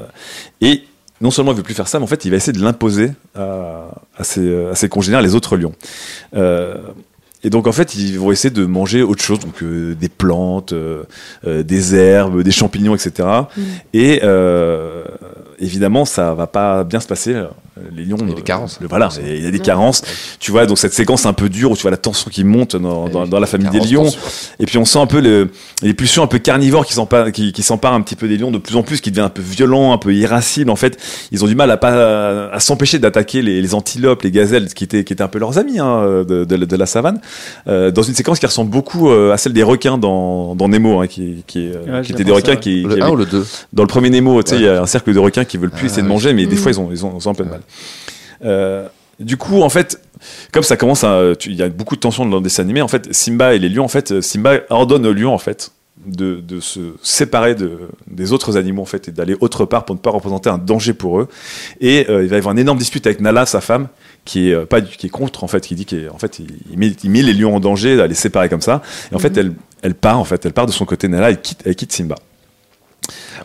et non seulement il veut plus faire ça, mais en fait, il va essayer de l'imposer à, à ses, euh, à ses congénères, les autres lions. Euh, et donc, en fait, ils vont essayer de manger autre chose, donc euh, des plantes, euh, euh, des herbes, des champignons, etc. Et euh, évidemment, ça va pas bien se passer. Les lions. Il y a euh, des carences. le- voilà, il y a des carences. Tu vois, donc cette séquence un peu dure où tu vois la tension qui monte dans, dans- dans la famille des lions. Et puis on sent un peu le- les pulsions un peu carnivores qui s'emparent, qui, qui s'emparent un petit peu des lions de plus en plus, qui deviennent un peu violents, un peu irascibles. En fait, ils ont du mal à pas à s'empêcher d'attaquer les, les antilopes, les gazelles, qui étaient qui étaient un peu leurs amis hein, de, de la- de la savane. Euh, dans une séquence qui ressemble beaucoup euh, à celle des requins dans, dans Nemo, hein, qui, qui, est, euh, Ouais, qui j'ai étaient des pensé, requins ouais. qui, qui Le 1 avaient- ou le 2 dans le premier Nemo, tu sais, Ouais. il y a un cercle de requins qui veulent plus Ah, essayer de oui. manger, mais des Mm. fois ils ont, ils ont, ils ont un peu de mal. Euh, du coup, en fait, comme ça commence à, tu- il y a beaucoup de tensions dans le dessin animé. En fait, Simba et les lions, en fait, Simba ordonne aux lions, en fait, de, de se séparer de, des autres animaux, en fait, et d'aller autre part pour ne pas représenter un danger pour eux. Et euh, il va y avoir une énorme dispute avec Nala, sa femme, qui est euh, pas du- qui est contre, en fait, qui dit qu'en fait, il, il met, il met les lions en danger, à les séparer comme ça. Et en fait, elle, elle part, en fait, elle part de son côté. Nala, elle quitte, elle quitte Simba.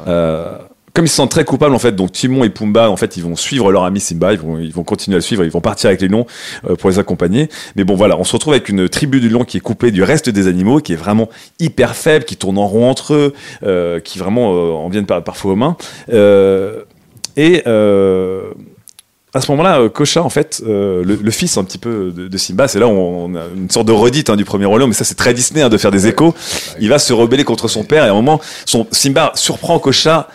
Euh, comme ils se sentent très coupables en fait, donc Timon et Pumba en fait ils vont suivre leur ami Simba, ils vont, ils vont continuer à le suivre, ils vont partir avec les lions euh, pour les accompagner. Mais bon voilà, on se retrouve avec une tribu du lion qui est coupée du reste des animaux, qui est vraiment hyper faible, qui tourne en rond entre eux, euh, qui vraiment euh, en viennent par- parfois aux mains. Euh, et euh, à ce moment-là, euh, Kocha, en fait, euh, le, le fils un petit peu de, de Simba, c'est là où on, on a une sorte de redite hein, du premier Roi Lion, mais ça c'est très Disney hein, de faire des échos. Il va se rebeller contre son père et à un moment, son Simba surprend Kocha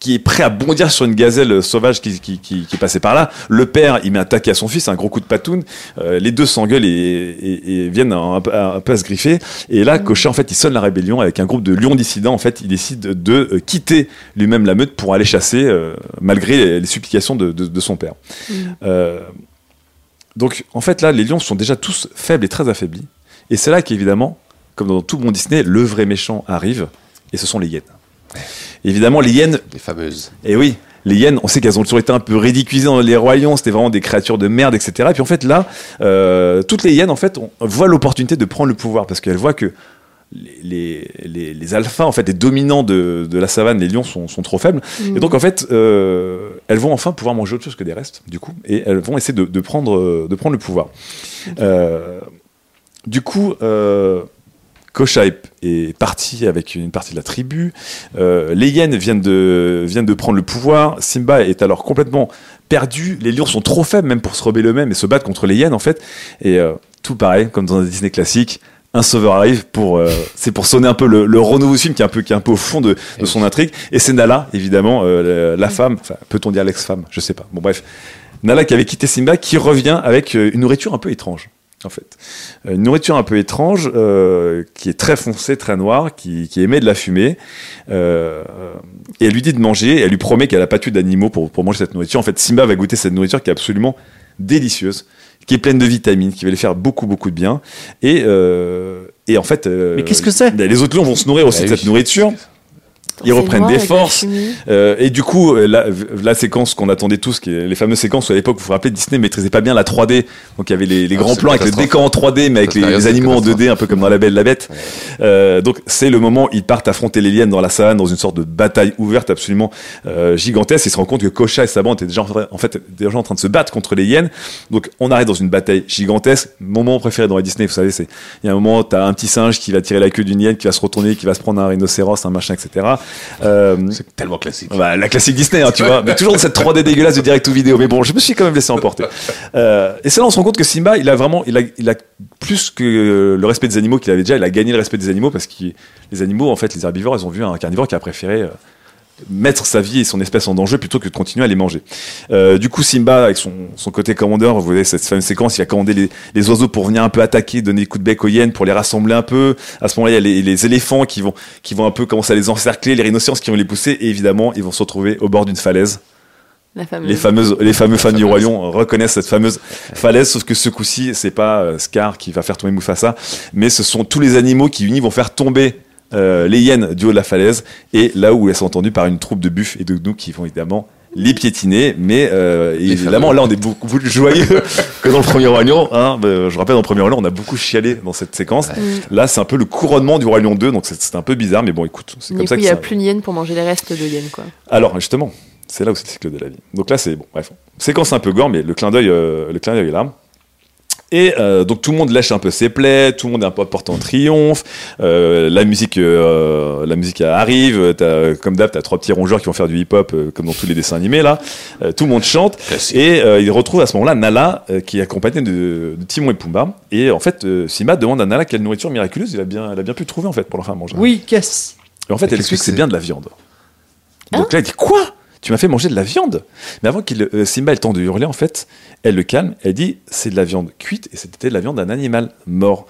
qui est prêt à bondir sur une gazelle euh, sauvage qui, qui, qui, qui est passée par là. Le père, il met un taquet à son fils, un gros coup de patoune. Euh, les deux s'engueulent et, et- et viennent un, un- un peu à se griffer. Et là, Cochin, en fait, il sonne la rébellion avec un groupe de lions dissidents. En fait, il décide de euh, quitter lui-même la meute pour aller chasser, euh, malgré les, les supplications de, de- de son père. Euh, donc, en fait, là, les lions sont déjà tous faibles et très affaiblis. Et c'est là qu'évidemment, comme dans tout bon Disney, le vrai méchant arrive, et ce sont les hyènes. Évidemment, les hyènes Les fameuses. et oui, les hyènes, on sait qu'elles ont toujours été un peu ridiculisées dans les royaumes, c'était vraiment des créatures de merde, etc. Et puis en fait, là, euh, toutes les hyènes, en fait, on voit l'opportunité de prendre le pouvoir parce qu'elles voient que les, les, les- les alphas, en fait, les dominants de, de la savane, les lions, sont, sont trop faibles. Et donc, en fait, euh, elles vont enfin pouvoir manger autre chose que des restes, du coup, et elles vont essayer de, de prendre, euh, de prendre le pouvoir. Euh, du coup, euh, Kosha est, est parti avec une partie de la tribu. Euh, les hyènes viennent de, viennent de prendre le pouvoir. Simba est alors complètement perdu. Les lions sont trop faibles même pour se rebeller eux-mêmes et se battre contre les hyènes en fait. Et euh, tout pareil, comme dans un Disney classique, un sauveur arrive pour euh, c'est pour sonner un peu le, le renouveau du film qui est un peu qui est un peu au fond de, de son intrigue. Et c'est Nala évidemment euh, la, la femme. Enfin, peut-on dire l'ex-femme Je sais pas. Bon bref, Nala qui avait quitté Simba qui revient avec euh, une nourriture un peu étrange. En fait, Euh, une nourriture un peu étrange, euh, qui est très foncée, très noire, qui, qui émet de la fumée, euh, et elle lui dit de manger, et elle lui promet qu'elle a pas tué d'animaux pour, pour manger cette nourriture. En fait, Simba va goûter cette nourriture qui est absolument délicieuse, qui est pleine de vitamines, qui va lui faire beaucoup, beaucoup de bien. Et, euh, et en fait. euh, Mais qu'est-ce que c'est Les autres lions vont se nourrir aussi Bah de oui. cette nourriture. Mmh. Ils reprennent des forces. Euh, et du coup, euh, la, la séquence qu'on attendait tous, qui est les fameuses séquences où à l'époque, vous vous rappelez, Disney maîtrisait pas bien la 3D. Donc il y avait les, les Ah, grands c'est plans avec le catastrophe. décor en 3D, mais avec Ça, les, c'est les la animaux en catastrophe. 2D, un peu comme dans La Belle et la Bête. Euh, donc c'est le moment où ils partent affronter les liennes dans la savane, dans une sorte de bataille ouverte absolument euh, gigantesque. Ils se rendent compte que Kocha et sa bande étaient déjà en, tra- en fait déjà en train de se battre contre les hyènes. Donc on arrive dans une bataille gigantesque. Mon Moment préféré dans les Disney, vous savez, c'est il y a un moment, t'as un petit singe qui va tirer la queue d'une hyène, qui va se retourner, qui va se prendre un rhinocéros, un machin, etc. Euh, C'est tellement classique. bah, la classique Disney, hein, tu vois. Mais toujours cette 3D dégueulasse de direct ou vidéo. Mais bon, je me suis quand même laissé emporter. Euh, et c'est là on se rend compte que Simba, il a vraiment, il a, il a plus que euh, le respect des animaux qu'il avait déjà, il a gagné le respect des animaux parce que les animaux, en fait, les herbivores, ils ont vu un carnivore qui a préféré euh, mettre sa vie et son espèce en danger plutôt que de continuer à les manger. Euh, du coup, Simba, avec son, son côté commandeur, vous voyez cette fameuse séquence, il a commandé les, les oiseaux pour venir un peu attaquer, donner des coups de bec aux hyènes pour les rassembler un peu. À ce moment-là, il y a les, les éléphants qui vont, qui vont un peu commencer à les encercler, les rhinocéros qui vont les pousser, et évidemment, ils vont se retrouver au bord d'une falaise. La fameuse. Les, fameuses, les fameux fans du fameuse. royaume reconnaissent cette fameuse falaise, sauf que ce coup-ci, c'est pas euh, Scar qui va faire tomber Mufasa, mais ce sont tous les animaux qui unis vont faire tomber euh, les hyènes du haut de la falaise, et là où elles sont entendues par une troupe de buffes et de gnous qui vont évidemment les piétiner, mais euh, évidemment fameux. là on est beaucoup plus joyeux que dans le premier roi lion. Hein. Ben, je rappelle dans le premier roi lion on a beaucoup chialé dans cette séquence. Là c'est un peu le couronnement du roi lion 2, donc c'est c'est un peu bizarre, mais bon écoute, c'est Du comme coup, ça il que n'y a ça. plus de hyène pour manger les restes de hyène, quoi. Alors justement, c'est là où c'est le cycle de la vie. Donc là c'est bon, bref. Séquence un peu gore, mais le clin d'œil, euh, le clin d'œil est là. Et euh, donc tout le monde lâche un peu ses plaies, tout le monde est un peu porté en triomphe. euh, la musique, euh, la musique arrive. euh, t'as- comme d'hab, t'as trois petits rongeurs qui vont faire du hip-hop, euh, comme dans tous les dessins animés là. Euh, tout le monde chante. Et euh, il retrouve à ce moment-là Nala, euh, qui est accompagnée de, de Timon et Pumba. Et en fait, euh, Simba demande à Nala quelle nourriture miraculeuse il a bien, elle a bien pu trouver en fait pour leur faire manger. Oui, qu'est-ce Et en fait, Mais elle qu'est-ce que explique que c'est c'est bien de la viande. Donc là, elle dit Quoi Tu m'as fait manger de la viande Mais avant qu'il euh, Simba ait le temps de hurler, en fait, elle le calme. Elle dit C'est de la viande cuite et c'était de la viande d'un animal mort.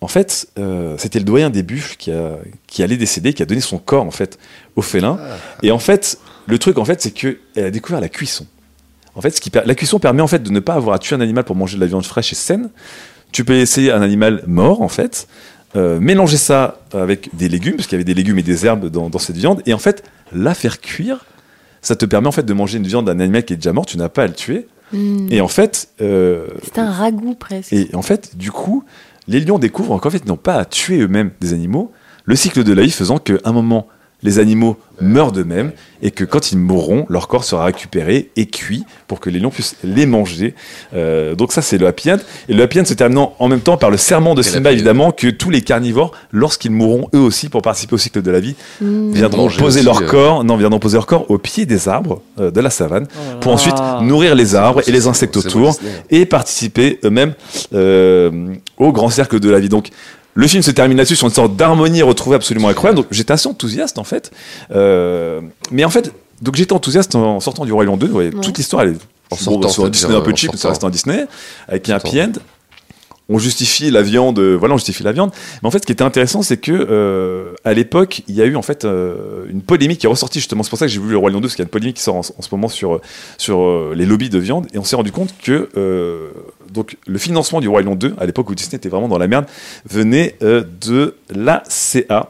En fait, euh, c'était le doyen des buffles qui, a- qui allait décéder, qui a donné son corps en fait au félin. Ah. Et en fait, le truc en fait, c'est que elle a découvert la cuisson. En fait, ce qui per- la cuisson permet en fait de ne pas avoir à tuer un animal pour manger de la viande fraîche et saine. Tu peux essayer un animal mort en fait, euh, mélanger ça avec des légumes, parce qu'il y avait des légumes et des herbes dans, dans cette viande, et en fait, la faire cuire, ça te permet en fait de manger une viande d'un animal qui est déjà mort, tu n'as pas à le tuer. Et en fait, euh, C'était Hmm. Mm. un ragoût presque. et en fait, du coup, les lions découvrent qu'en fait, ils n'ont pas à tuer eux-mêmes des animaux. Le cycle de la vie faisant qu'à un moment, les animaux meurent d'eux-mêmes et que quand ils mourront, leur corps sera récupéré et cuit pour que les lions puissent les manger. Euh, donc ça, c'est le happy end. Et le happy end se terminant en même temps par le serment de la Simba, paix. évidemment, que tous les carnivores, lorsqu'ils mourront eux aussi pour participer au cycle de la vie, viendront Manger poser aussi, leur euh. corps, non, viendront poser leur corps au pied des arbres euh, de la savane Oh là pour là. ensuite nourrir les arbres et c'est les beau, insectes Ah. c'est beau, autour Disney. et participer eux-mêmes euh, au grand cercle de la vie. Donc, le film se termine là-dessus sur une sorte d'harmonie retrouvée absolument incroyable. Donc, j'étais assez enthousiaste en fait. Euh, mais en fait, Donc j'étais enthousiaste en sortant du Roi Lion 2. ouais, Toute l'histoire, elle est En sortant, sur un c'est-à-dire, Disney un peu en cheap, mais ça sortant. reste un Disney, avec un En sortant. happy end. On justifie la viande, euh, voilà, on justifie la viande. Mais en fait, ce qui était intéressant, c'est que euh, à l'époque, il y a eu en fait euh, une polémique qui est ressortie justement. C'est pour ça que j'ai voulu le Roi Lion 2, parce qu'il y a une polémique qui sort en, en ce moment sur sur euh, les lobbies de viande, et on s'est rendu compte que euh, donc le financement du Roi Lion 2, à l'époque où Disney était vraiment dans la merde, venait euh, de la CA.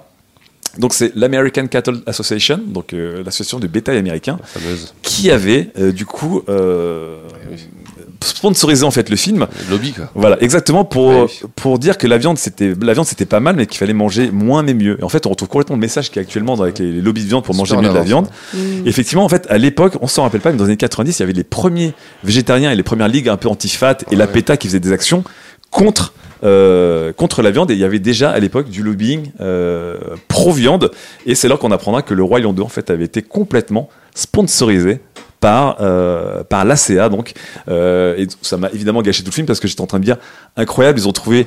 Donc c'est l'American Cattle Association, donc euh, l'association de bétail américain, la fameuse qui avait euh, du coup euh, sponsorisé en fait le film. lobby, Euh, quoi. Voilà, exactement pour Ouais, oui. pour dire que la viande c'était la viande c'était pas mal, mais qu'il fallait manger moins mais mieux. Et en fait, on retrouve complètement le message qui est actuellement dans avec les, les lobbies de viande pour manger Super mieux de la d'avance, viande. Mm. Hmm. Et Effectivement, en fait, à l'époque, on s'en rappelle pas, mais dans les années 90, il y avait les premiers végétariens et les premières ligues un peu anti-fat et la PETA qui faisaient des actions contre. euh, contre la viande et il y avait déjà à l'époque du lobbying euh, pro viande et c'est là qu'on apprendra que le Roi Lion 2 en fait avait été complètement sponsorisé par euh, par l'ACA donc Euh, et ça m'a évidemment gâché tout le film parce que j'étais en train de dire incroyable ils ont trouvé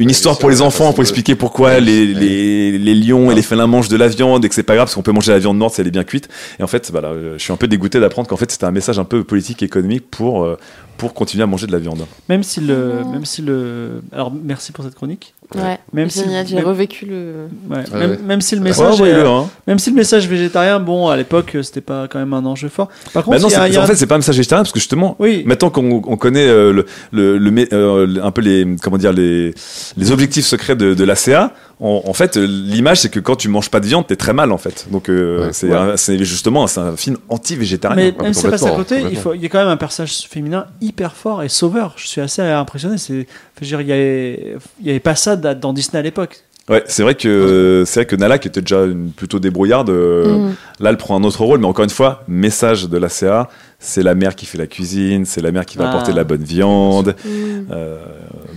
une histoire c'est pour les la enfants façon pour de- expliquer pourquoi les, les, les lions et les félins mangent de la viande et que c'est pas grave parce qu'on peut manger la viande morte si elle est bien cuite. Et en fait, voilà, euh, je suis un peu dégoûté d'apprendre qu'en fait c'était un message un peu politique et économique pour, euh, pour continuer à manger de la viande. Même si le, Ah. même si le, alors merci pour cette chronique. Ouais, Même si- génial, j'ai même- revécu le. Ouais. Ah même, ouais. même si le Ouais, message, est- envoyez-le, hein. même si le message végétarien, bon, à l'époque, euh, c'était pas quand même un enjeu fort. Bah Par contre, non, il y a- c'est- il y a en un- fait, c'est pas un message végétarien parce que justement, oui, Maintenant qu'on on connaît euh, le, le, le mé- euh, le- un peu les comment dire les, les objectifs secrets de, de l'ACA, en, en fait euh, l'image c'est que quand tu manges pas de viande t'es très mal en fait. Donc euh, Ouais. c'est Ouais. un- c'est justement c'est un film anti-végétarien. mais mais même si ça passe à complètement, côté, il, complètement. faut, il y a quand même un personnage féminin hyper fort et sauveur. Je suis assez impressionné. C'est, enfin, je veux dire, il y avait, il y avait pas ça da- dans Disney à l'époque. Ouais, c'est vrai que c'est vrai que Nala qui était déjà une, plutôt débrouillarde, euh, Mm. là elle prend un autre rôle, mais encore une fois message de l'ACA, c'est la mère qui fait la cuisine, c'est la mère qui va Ah. apporter de la bonne viande. Mm. Euh,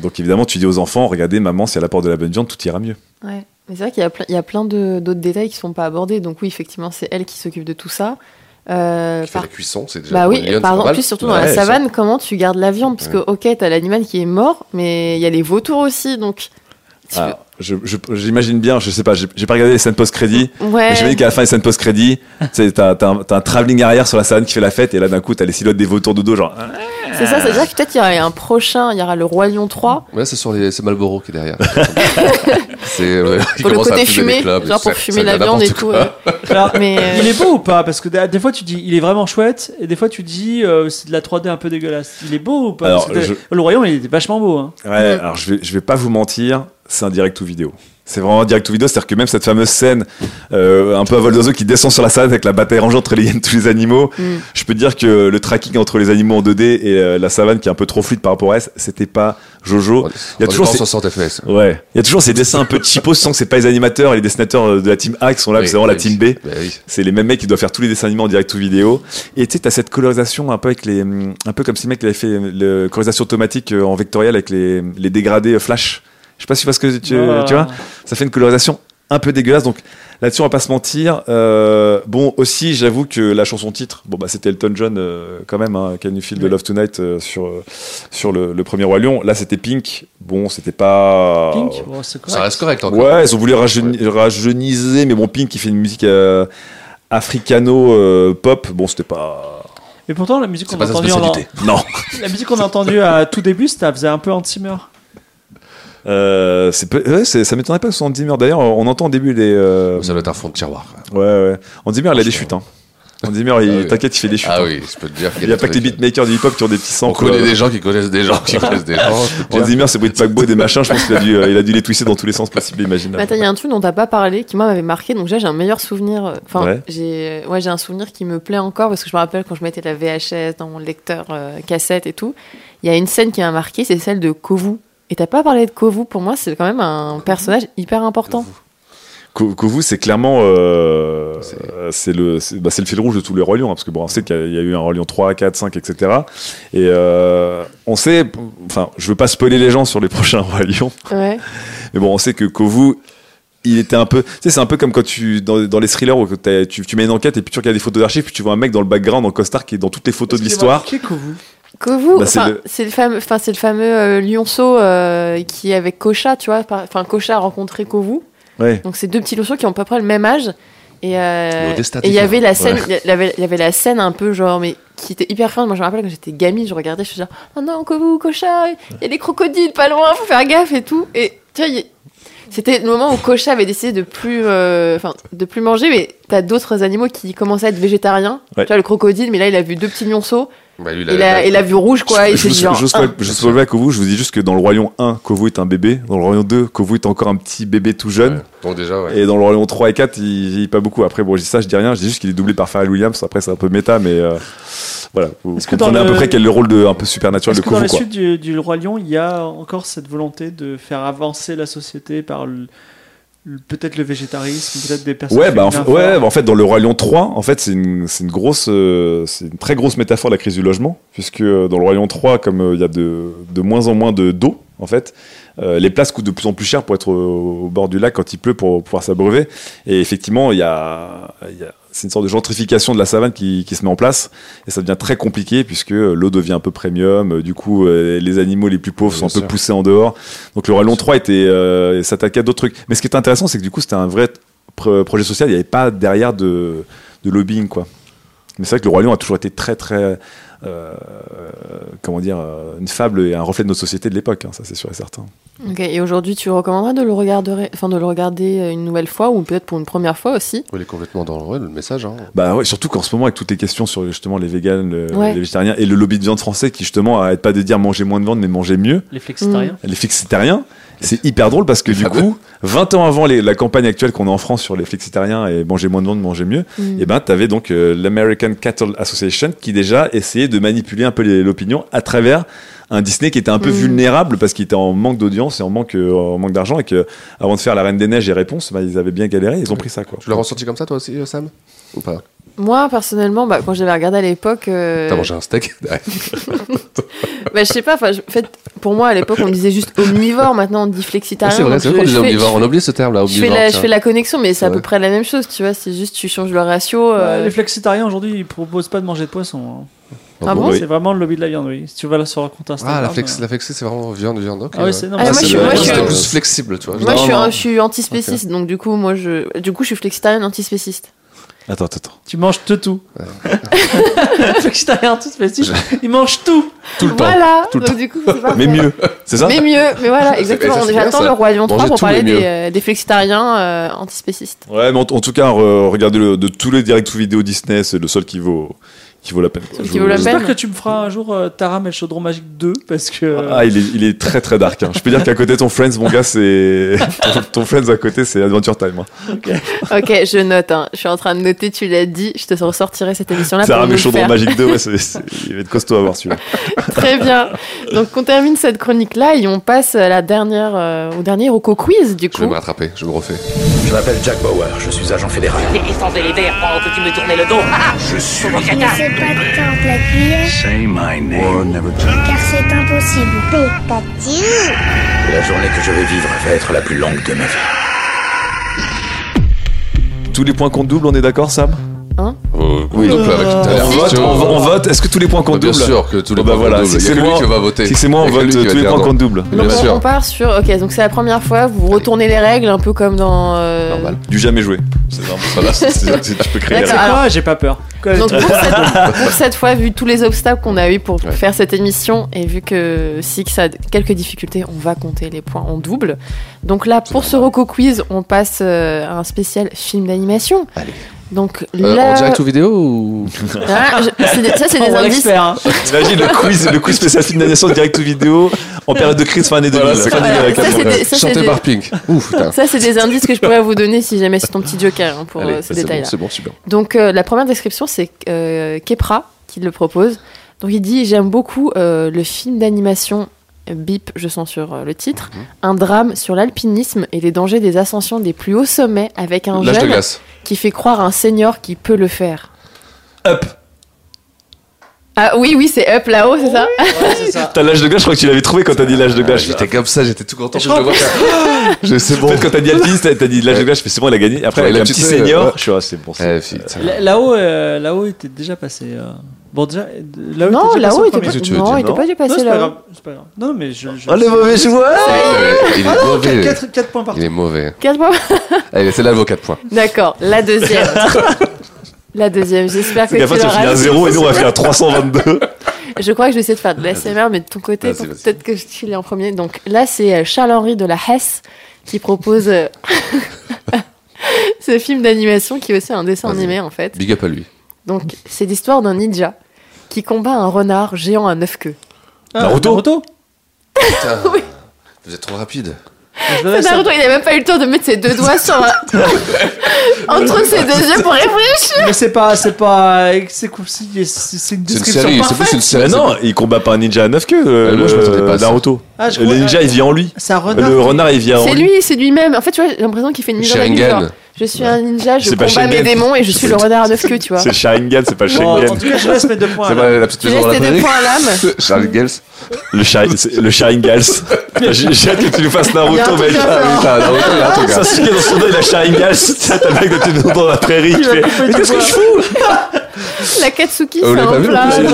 donc évidemment tu dis aux enfants regardez maman si elle apporte de la bonne viande tout ira mieux. Ouais. Mais c'est vrai qu'il y a plein, il y a plein de- d'autres détails qui sont pas abordés. Donc oui, effectivement, c'est elle qui s'occupe de tout ça. Euh, Qui fait par- la cuisson, c'est déjà bah pour oui, une lionne, par c'est pas en mal. plus surtout dans Ouais, la ça- savane, comment tu gardes la viande Parce que Ouais. ok, t'as l'animal qui est mort, mais il y a les vautours aussi, donc. tu Ah, je- je- J'imagine bien, je sais pas, j'ai j'ai pas regardé les scènes post-crédit, peux- Ouais. Mais J'imagine qu'à la fin des scènes post-crédit, tu sais, t'as t'as un, t'as un travelling arrière sur la savane qui fait la fête, et là d'un coup t'as les silhouettes des vautours de dos, genre. hein. C'est ça, c'est-à-dire que peut-être il y aura un prochain, il y aura le Roi Lion 3 Ouais, c'est sur les, c'est Marlboro qui est derrière. c'est ouais, il pour le commence à côté fumer des fumé, clubs, genre pour ça- fumer ça la devient viande et n'importe tout. quoi. ouais. Ah. Alors, Mais euh, Il est beau ou pas Parce que des des fois tu dis il est vraiment chouette et des fois tu dis euh, c'est de la 3D un peu dégueulasse. Il est beau ou pas Alors, Parce que je- Le royaume il était vachement beau. Hein. Ouais, alors je vais, je vais pas vous mentir, c'est un direct ou vidéo. C'est vraiment un direct ou vidéo, c'est-à-dire que même cette fameuse scène, euh, un peu à vol d'oiseau qui descend sur la savane avec la bataille rangée entre les hyènes et tous les animaux, Mm. je peux dire que le tracking entre les animaux en 2D et euh, la savane qui est un peu trop fluide par rapport à elle, c'était pas Jojo. Il y a toujours ces- 60 FPS. Ouais. Il y a toujours ces dessins un peu cheapos, sans que c'est pas les animateurs et les dessinateurs euh, de la team A qui sont là, mais c'est vraiment la team B. Bah oui. C'est les mêmes mecs qui doivent faire tous les dessins animés en direct ou vidéo. Et tu sais, t'as cette colorisation un peu avec les, hum, un peu comme si le mec il avait fait la colorisation automatique euh, en vectoriel avec les, les dégradés euh, flash. Je sais pas si tu vois ce que tu, Voilà. tu vois. Ça fait une colorisation un peu dégueulasse. Donc là-dessus, on va pas se mentir. Euh, bon, aussi, j'avoue que la chanson titre, bon bah c'était Elton John euh, quand même, hein, Can You Feel the Oui. Love Tonight euh, sur euh, sur le, le premier roi lion. Là, c'était Pink. Bon, c'était pas Pink, bon, c'est correct. Ça reste correct hein, encore. Ouais, ils ont voulu rajeuni- rajeuniser, mais bon, Pink qui fait une musique euh, africano-pop, bon, c'était pas. Mais pourtant la musique C'est qu'on pas a sa entendue en- spécialité. Non. la musique qu'on a entendue à tout début ça faisait un peu anti-meur. Euh, c'est peu- ouais, c'est- ça m'étonnerait pas que ce soit Andy Murr. D'ailleurs, on entend au début les. euh, Ça doit être un fond de tiroir. Ouais, ouais. Andy Murr, il a des chutes, hein. Andy Murr, il- Ah oui. t'inquiète, il fait des chutes. Ah hein. oui, je peux te dire. qu'il Il n'y a pas que des les trucs- euh. beatmakers du hip-hop qui ont des petits On samples. connaît des gens qui connaissent des gens qui connaissent des gens. je peux te dire. Andy Murr, c'est bruit de paquebot, des machins, je pense qu'il a, dû, euh, il a dû les twister dans tous les sens possibles, imagine. Mais attends, il y a un truc dont Bah, t'as pas parlé qui moi m'avait marqué, donc là j'ai un meilleur souvenir. euh, Enfin, Ouais. j'ai euh, ouais, j'ai un souvenir qui me plaît encore parce que je me rappelle quand je mettais la VHS dans mon lecteur euh, cassette et tout. Il y a une scène qui m'a marqué, c'est celle de Kovu. Et t'as pas parlé de Kovu, pour moi c'est quand même un personnage hyper important. Ko- Kovu, c'est clairement euh, C'est- euh, c'est le c'est bah, c'est le fil rouge de tous les Rois Lions, hein, parce que bon, on sait qu'il y a- il y a eu un Roi Lion 3, 4, 5, etc. Et euh, on sait, enfin, je veux pas spoiler les gens sur les prochains Rois Lions, Ouais. mais bon, on sait que Kovu, il était un peu, tu sais, c'est un peu comme quand tu dans, dans les thrillers où t'as- tu, tu mets une enquête et puis tu regardes des photos d'archives, puis tu vois un mec dans le background en costard qui est dans toutes les photos de l'histoire. Qui est Kovu Kovu, Bah, c'est enfin, le- c'est le... fameux, enfin c'est le fameux euh, lionceau euh, qui est avec Kocha, tu vois. par- Enfin Kocha a rencontré Kovu, Ouais. donc c'est deux petits lionceaux qui ont à peu près le même âge. Et euh, Le destin et il y divin. avait la scène, il y avait- il y avait la scène un peu genre, mais qui était hyper fun. Moi, je me rappelle quand j'étais gamine, je regardais, je me disais, oh non, Kobu, Kocha, il y a des crocodiles pas loin, faut faire gaffe et tout. Et tu vois, il y a- c'était le moment où Kocha avait décidé de plus, euh, enfin, de plus manger, mais t'as d'autres animaux qui commençaient à être végétariens. Ouais. Tu vois, le crocodile, mais là, il a vu deux petits lionceaux, Bah, lui, il a- il a, il a vu rouge, quoi, et il je, s'est je, dit, genre, je, Ah. spoil- je spoil pas Kovu, je vous dis juste que dans le royaume 1, Kovu est un bébé. Dans le royaume 2, Kovu est encore un petit bébé tout jeune. Ouais. Donc déjà, ouais. Et dans le Royaume 3 et 4, il vieillit pas beaucoup. Après, bon, je dis ça, je dis rien. Je dis juste qu'il est doublé par Pharrell Williams. Après, c'est un peu méta, mais euh, voilà. Vous Est-ce que dans comprenez à peu le- près quel est le rôle de, un peu supernaturel Est-ce de que dans Kovu, la quoi. suite du, du Roi Lion, il y a encore cette volonté de faire avancer la société par le- le- peut-être le végétarisme, peut-être des personnes. Ouais, bah, en, fait- féminines ouais, fortes. bah, en fait, dans le Roi Lion 3, en fait, c'est une, c'est une grosse, euh, c'est une très grosse métaphore de la crise du logement, puisque euh, dans le Roi Lion 3, comme euh, il y a de, de moins en moins de d'eau, en fait, euh, les places coûtent de plus en plus cher pour être au, au bord du lac quand il pleut pour pouvoir s'abreuver. Et effectivement, il y a, il y a- c'est une sorte de gentrification de la savane qui, qui se met en place, et ça devient très compliqué puisque euh, l'eau devient un peu premium. euh, Du coup, euh, les animaux les plus pauvres sont Bien un peu sûr. poussés en dehors. Donc le Roi Lion 3 était, euh, s'attaquait à d'autres trucs. Mais ce qui était intéressant, c'est que du coup, c'était un vrai pro- projet social, il n'y avait pas derrière de, de lobbying, quoi. Mais c'est vrai que le Roi Lion a toujours été très, très, euh, comment dire, euh, une fable et un reflet de notre société de l'époque, hein, ça c'est sûr et certain. Ok, et aujourd'hui, tu recommanderais de le regarder, enfin, de le regarder euh, une nouvelle fois, ou peut-être pour une première fois aussi. Il est complètement dans le, ouais, le message. Hein. Bah ouais, surtout qu'en ce moment, avec toutes les questions sur justement les véganes, le- Ouais. les végétariens et le lobby de viande français qui justement arrête pas de dire manger moins de viande mais manger mieux, Les flexitariens. les flexitariens. C'est hyper drôle parce que du coup, 20 ans avant les- la campagne actuelle qu'on a en France sur les flexitariens et manger moins de viande, manger mieux, Mm. et ben tu avais donc euh, l'American Cattle Association qui déjà essayait de manipuler un peu les- l'opinion à travers un Disney qui était un peu Mhm. vulnérable parce qu'il était en manque d'audience et en manque euh, en manque d'argent et que avant de faire la Reine des Neiges et Réponse, bah, ils avaient bien galéré, ils ont pris ça quoi. Tu l'as ressenti comme ça, toi aussi, euh, Sam Ou pas Moi, personnellement, bah, quand j'avais regardé à l'époque, euh, T'as mangé un steak Ouais. bah, je sais pas, enfin, je- en fait, pour moi, à l'époque, on disait juste omnivore, maintenant on dit flexitarien. C'est vrai, donc c'est je- vrai qu'on je disait fais- omnivore. je On a oublié ce terme-là, Je fais, omnivore. la, je tiens. fais la connexion, mais c'est à Ouais. peu près la même chose, tu vois. C'est juste tu changes le ratio. Ouais, euh, les flexitariens aujourd'hui ils proposent pas de manger de poisson. hein. Ah bon Oui. C'est vraiment le lobby de la viande, oui. Si tu vas là sur leur compte Instagram. Ah, la flex, euh, la flexi, c'est vraiment viande, viande. ok, Ah ouais. oui, c'est non, Ah, mais moi, ça, je suis- c'est- moi, je C'était suis- plus flexible, tu vois. Moi, je suis, Non, non. je suis antispéciste, donc du coup, moi, je, du coup, je suis flexitarienne antispéciste. Attends, attends, attends. Tu manges de tout. Flexitarien, tout spécifique. Ils mangent tout. Tout le temps. Voilà. Tout le donc du coup, c'est parfait. Mais mieux, c'est ça Mais mieux, mais voilà, exactement. ça, Hein c'est bien, J'attends ça. le Roi Lion 3 Manger pour tout, parler mais mieux. des, euh, des flexitariens euh, antispécistes. Ouais, mais en, en tout cas, re- regardez le, de tous les directs ou vidéo Disney, c'est le seul qui vaut qui vaut la peine. quoi. Celui Je qui vous- vaut la peine. J'espère que tu me feras un jour euh, Taram et le chaudron magique 2 parce que. euh, Ah, il est, il est très très dark. hein. Je peux dire qu'à côté de ton Friends, mon gars, c'est ton, ton Friends à côté, c'est Adventure Time. hein. Ok, je note. hein. Je suis en train de noter. Tu l'as dit. Je te ressortirai cette émission-là Sarah pour nous Ah, le Méchaudron faire. Magic 2, ouais, c'est- c'est- il va être costaud à voir celui-là. Très bien. Donc, on termine cette chronique-là et on passe à la dernière, euh, au dernier Roco Quiz du Je vais coup. me rattraper, je me refais. Je m'appelle Jack Bauer, je suis agent fédéral. T'es sans élévaire pendant que tu me tournais le dos. Ah Je suis. Mon Ne caca fais pas de temps la cuillère, Say my name. car c'est impossible. Pétatiu La journée que je vais vivre va être la plus longue de ma vie. Tous les points comptent double, on est d'accord, Sam Oui, donc là, avec tout à On l'heure, vote, question. on, on vote. Est-ce que tous les points Bah, comptent Bien double sûr que tous les Bon, bah points voilà, voilà, si double. Il y c'est a que moi- lui qui va voter. Si c'est moi, on Il y a que vote lui qui va tous les dire points non. comptent double. Bien Donc, on- sûr. on part sur. Ok, donc c'est la première fois. Vous retournez les règles, un peu comme dans. euh, Normal. Du jamais joué. C'est vraiment ça, là, c'est- c'est- c'est- Tu peux créer les D'accord. règles. Alors- Ah, j'ai pas peur. Quoi, Donc pour cette, pour cette fois, vu tous les obstacles qu'on a eu pour Ouais. faire cette émission et vu que Six a quelques difficultés, on va compter les points en double. Donc là, pour ce Roco Quiz, on passe euh, à un spécial film d'animation. Allez. Donc Euh, là, En direct ou vidéo ou Ah, je- c'est des- ça c'est on des va indices. l'expert, hein. Imagine le quiz, le quiz spécial film d'animation direct ou vidéo en période de crise fin année 2000. Voilà, c'est fin clair. année Voilà, ça, c'est 80. des- ça, c'est Chanté des- par Pink. Ouf, putain. Ça c'est des indices que je pourrais vous donner si jamais c'est ton petit joker hein, pour Allez, euh, c'est ces bon, détails-là. c'est bon, super. Donc euh, la première description, c'est euh, Kepra qui le propose. Donc il dit j'aime beaucoup euh, le film d'animation euh, Bip, je censure euh, le titre, un drame sur l'alpinisme et les dangers des ascensions des plus hauts sommets avec un L'âge de jeune glace. qui fait croire à un senior qui peut le faire. Up. Ah oui oui c'est up là-haut c'est ça Ouais, c'est ça. T'as l'âge de glace, je crois que tu l'avais trouvé quand t'as dit l'âge de Ah, glace. J'étais comme ça, j'étais tout content. Je Je le vois faire. Je- C'est En bon. fait, quand t'as dit alpiniste, t'as t'as dit l'âge de glace, je fais c'est bon, il a gagné. Après, Oh. Ouais, avec la un petit petite, euh, senior, oh, ouais. je suis ah, c'est bon. c'est- Eh, putain. Là- Là-haut, euh, là-haut était déjà passé. euh. Bon, déjà, euh, là-haut, t'es Non, déjà passé là-haut, au il était premier. pas, Tu- tu- non, tu- il était non. pas Non, dépassé c'est pas là-haut. grave. C'est pas grave. Non, mais je. je- Oh, les mauvais joueurs Il est Ah, mauvais. 4, points par Il est mauvais. Quatre points. Allez, c'est là vos 4 points. D'accord, la deuxième. la deuxième, j'espère que Fais tu gaffe, tu vas finir à l'auras. 0 et nous on va finir à 322. Je crois que je vais essayer de faire de l'ASMR, mais de ton côté, Vas-y, pour- vas-y. peut-être que je suis en premier. Donc là, c'est euh, Charles-Henri de la Hesse qui propose euh, ce film d'animation qui est aussi un dessin Vas-y. animé en fait. Big up à lui. Donc c'est l'histoire d'un ninja qui combat un renard géant à neuf queues. Ah, Naruto Naruto Putain, Oui. Vous êtes trop rapide. Je C'est l'avais, ça. Naruto, il n'a même pas eu le temps de mettre ses deux doigts sur un- entre ses deux yeux pour réfléchir. Mais c'est pas. C'est pas. C'est quoi- c'est- c'est une C'est une description série, c'est plus parfaite. une Mais série. non, il combat pas un ninja à 9 queues, Ah, le, moi, je m'attendais pas à le ça. Naruto. Ah, je le crois- ninja, il vit en lui. C'est un renard. Euh, Le renard, il vit en C'est lui. lui, c'est lui-même. En fait, tu vois, j'ai l'impression qu'il fait une mise en abîme, Sharingan. genre, Je suis un ninja, je C'est pas combats mes Sharingan. démons et je suis le renard à neuf queues, tu vois. C'est Sharingan, c'est pas Bon, en Sharingan. tout cas, je laisse mes deux points. C'est alors. pas la petite Tu maison laisses dans la tes deux prairie points à l'âme. Charles Gels. Le, Shai- c'est- le Sharingals. J'ai j'ai hâte que tu nous fasses Naruto, mec. Putain, non, il y a un truc, hein. Sasuke dans son dos, il a Sharingals. C'est un mec de tu dans la prairie. qui fait, Mais qu'est-ce que je fous La Katsuki, Ah, vous c'est l'avez pas un vu, plat. le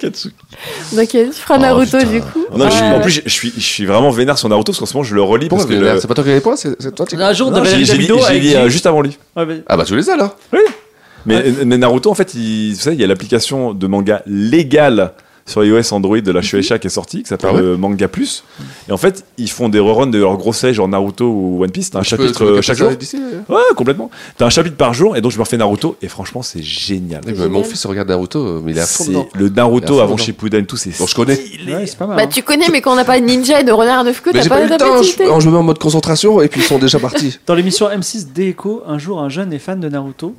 genre. Donc, il fera Naruto, Oh, putain. du coup. Non, mais je suis- Ouais. en plus, je- je suis, je suis vraiment vénère sur Naruto parce qu'en ce moment, je le relis. Pourquoi parce que Vénère le- C'est pas toi qui as les points, c'est c'est toi qui. Un jour, on Non, avait j'ai la j'ai dit, vidéo j'ai avec dit, qui- euh, juste avant lui. Ouais, mais- Ah bah tu les as alors Mais, mais Naruto, en fait, il, vous savez, il y a l'application de manga légale sur iOS Android de la Shueisha qui est sortie, qui s'appelle Mhm. Ah ouais euh, Manga Plus. Et en fait, ils font des reruns de leurs grosses genre Naruto ou One Piece. T'as un Tu peux- tu chapitre peux euh, capter chaque ça jour. d'ici, euh Ouais, complètement. T'as un chapitre par jour, et donc je me refais Naruto, et franchement, c'est génial. Eh ben, Mon fils regarde Naruto, euh, mais il est à fond C'est dedans. le Il est Naruto à fond avant dedans. Shippuden, tout c'est Bon, je connais. Ouais, c'est pas mal. Bah, hein. tu connais, mais quand on n'a pas de ninja et de renard à neuf queues, Mais t'as j'ai pas pas eu le temps, d'appétit. je, alors, je me mets en mode concentration et puis ils sont déjà partis. hein. Dans l'émission M6 Déco, un jour, un jeune est fan de Naruto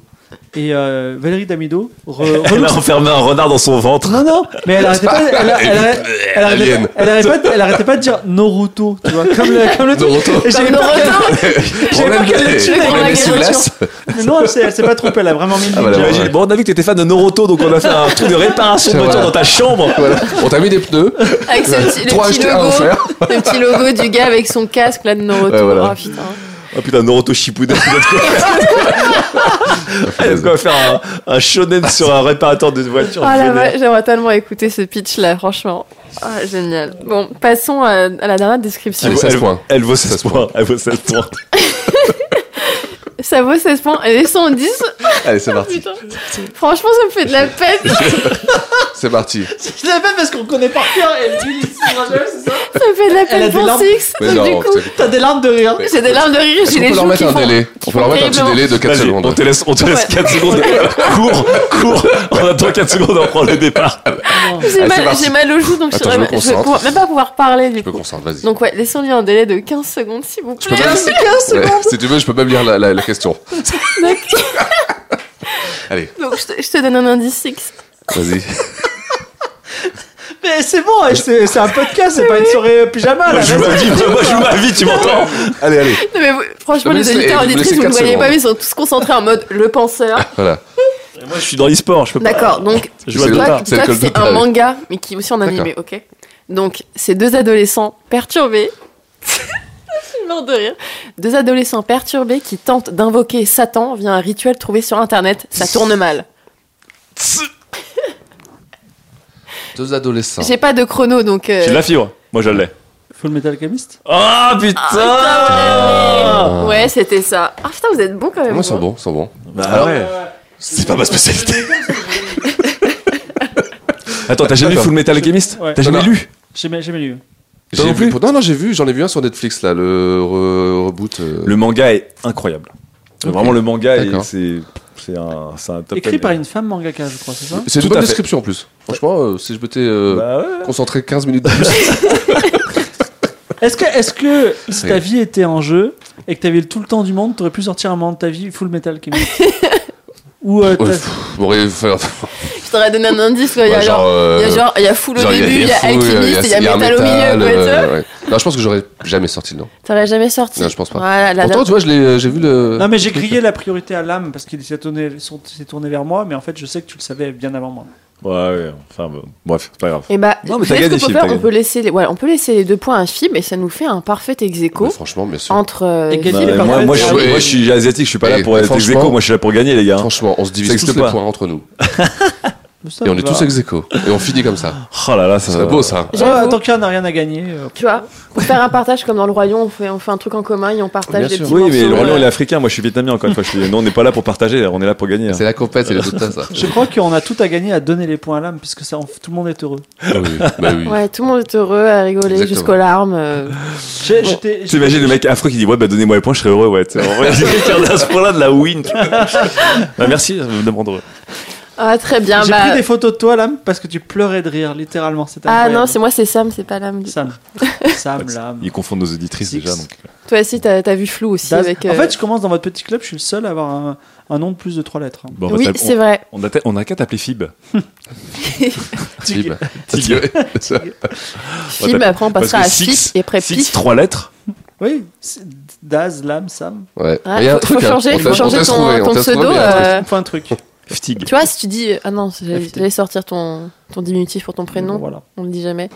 et euh, Valérie Damido re- Elle relance- a enfermé un renard dans son ventre. Non, non, mais elle arrêtait pas, elle, elle- elle- elle arrêtait- Alien. elle arrêtait pas, de- elle arrêtait pas de dire Naruto, tu vois, comme le, comme le truc. Naruto. Et j'avais peur qu'elle- Problème pas qu'elle le tue, de- mais problème la des garde, soulaces. Mais Non, elle s'est elle s'est pas trompée, elle a vraiment mis le Ah, bah, ninja. là, Imagine, ouais. bon, on a vu que t'étais fan de Naruto, donc on a fait un truc de réparation de C'est voiture vrai. dans ta chambre. Voilà. On t'a mis des pneus, Avec ce petit, le, Trois petit achetés, un logo, offert. le petit logo du gars avec son casque là de Naruto. Ouais, voilà. Oh, putain. Oh putain, Naruto Shippuden, peut-être quoi. Est-ce qu'on va faire un, un shonen sur un réparateur de voiture Oh la vénère. vache, j'aimerais tellement écouter ce pitch là, franchement. Ah, génial. Bon, passons à, à la dernière description. Allez, elle, 16 points. elle vaut 16 points. Elle vaut 16 points. Ça vaut 16 points. Elle est 110. Allez, c'est parti. Oh, Putain. Franchement, ça me fait de la peine. C'est parti. Je l'ai fait parce qu'on connaît par cœur et elle dit, c'est jamais, c'est ça. Ça me fait de la Elle a peine des pour larmes. Six. Mais Donc, non, du coup, putain. T'as des larmes de rire. j'ai des larmes de rire, Est-ce j'ai qu'on les peut leur joues qui mettre un font. délai qui On peut leur font mettre un petit terriblement. délai de 4 Vas-y, on secondes. te laisse, on te laisse Ouais. 4 secondes. cours, cours. On attend 4 secondes, on prend le départ. J'ai Allez, mal, c'est parti. j'ai mal aux joues, donc Attends, je, je me vais- je vais concentre. pouvoir- même pas pouvoir parler du Je me coup. concentre, vas-y. Donc ouais, laissons-lui un délai de 15 secondes, s'il vous plaît. peux pas- Merci. Ouais, si tu veux, je peux même lire la, la- la question. Allez, Donc je te, je te donne un indice Six. vas-y. Mais c'est bon, hein, c'est c'est un podcast, c'est pas une soirée euh, pyjama là. Moi, je joue ma vie, tu vois, moi, je joue ma vie, Bah, tu m'entends Allez, allez. Non, mais vous- franchement, Mais les laissez- auditeurs vous auditrices, laissez vous ne quatre voyez pas, secondes. mais ils sont tous concentrés en mode le penseur. Voilà. Moi, je suis dans l'e-sport, je peux pas. D'accord, donc Je joue à C'est Dota. toi, c'est toi, le Bah, c'est Dota, un oui. manga, mais qui est aussi en animé, ok Donc, c'est deux adolescents perturbés. Je suis mort de rire. Deux adolescents perturbés qui tentent d'invoquer Satan via un rituel trouvé sur internet. Ça tourne mal. Deux adolescents. J'ai pas de chrono, donc. euh, J'ai de la fibre. Moi, je l'ai. Full Metal Alchemist Oh Ah, putain Ouais, c'était ça. Ah putain, vous êtes bons quand même. hein. Moi, ils sont vous. bons, ils sont bons. Bah ouais. Euh, C'est pas ma spécialité. Attends, t'as jamais lu Attends. Full Metal Alchemist Ouais. T'as jamais Non, lu J'ai jamais jamais lu. Toi J'ai non vu, plus non, non, j'ai vu, j'en ai vu un sur Netflix là, le re- reboot. euh, Le manga est incroyable. Ok. Vraiment, le manga, est- D'accord. c'est c'est un, c'est un top. Écrit anime. par une femme mangaka, je crois, c'est ça C'est une Tout à bonne fait. description en plus. Franchement, euh, si je m'étais euh, Bah ouais. concentré 15 minutes de plus. Est-ce que, est-ce que si ta Ouais. vie était en jeu et que t'avais tout le temps du monde, t'aurais pu sortir un moment de ta vie full metal Alchemist Ou euh, t'as- Ouais, pff, J'aurais fait. Je t'aurais donné un indice. quoi. Il y a ouais, genre, il y a euh, genre, il y a full au genre, début, il y a fou, alchimiste, il y a un métal au milieu. métal, quoi, tu vois. euh, ouais. Non, je pense que j'aurais jamais sorti le nom. T'aurais jamais sorti. Non, je pense pas. Voilà, la Pourtant, tu vois, je l'ai- euh, j'ai vu le. Non, mais j'ai grillé la priorité à l'âme parce qu'il s'est tourné, son- s'est tourné vers moi, mais en fait, je sais que tu le savais bien avant moi. Ouais, ouais. Enfin, bon, bref, c'est pas grave. Et bah, Non, mais vous savez t'as ce gagné, qu'on peut Phil, faire t'as on peut, gagné. laisser les... ouais, on peut laisser les deux points à Phil, et ça nous fait un parfait ex aequo Mais Franchement, bien sûr. entre. euh, Bah, Égalité. Vas-y, les moi, parfaits, moi, je, ouais. suis- moi, je suis asiatique, je suis pas Et là pour être ex franchement- aequo, moi, je suis là pour gagner, les gars. Franchement, on se divise Ça existe tous les pas. points entre nous. Ça Et on me est va. tous ex aequo. Et on finit comme ça. Oh là là, ça Ça serait beau ça. Ouais, J'avoue. tant qu'il y en a rien à gagner. euh, Tu vois, pour faire un partage comme dans le royaume, on fait, on fait un truc en commun et on partage Bien des sûr. petits Oui, mais morceaux, le Roland, euh, il est africain. Moi, je suis vietnamien, encore une fois. Je suis... Non, on n'est pas là pour partager, on est là pour gagner. hein. C'est la compète, c'est les résultats ça. Je crois qu'on a tout à gagner à donner les points à l'âme, puisque ça, en- tout le monde est heureux. Ah oui, bah oui. Ouais, tout le monde est heureux à rigoler Exactement. jusqu'aux larmes. euh. J'ai- j'étais- j'ai- T'imagines le mec affreux qui dit Ouais, bah donnez-moi les points, je serai heureux. Ouais, tu sais, en vrai, quelqu'un à ce point-là de la win. Bah, merci de me rendre Ah, très bien. j'ai bah- pris des photos de toi, l'âme, parce que tu pleurais de rire, littéralement. C'était Ah incroyable. non, c'est moi, c'est Sam, c'est pas l'âme. Sam. Sam, l'âme. Ils confondent nos auditrices Six. déjà. Donc. Toi aussi, t'as t'as vu flou aussi Daz. avec. En euh, fait, je commence dans votre petit club, je suis le seul à avoir un, un nom de plus de trois lettres. hein. Bon, bah, on va Oui, t'app- c'est vrai. on, on a, on a qu'à t'appeler Fib. Si, bah. Tig. Film, après on passera à bah, Parce que six- Fip et après six, Pif. trois lettres. Oui, c'est Daz, l'âme, Sam. Ouais. Ah, Mais il y a un faut- faut truc, hein. changer, On faut t'a- changer on t'a ton- trouvé, ton on t'a pseudo, trouvé, hein. Euh. On fait un truc. Ftig. Tu vois, si tu dis. Ah non, j'allais FT. j'allais sortir ton, ton diminutif pour ton prénom, Bon, Voilà. on le dit jamais.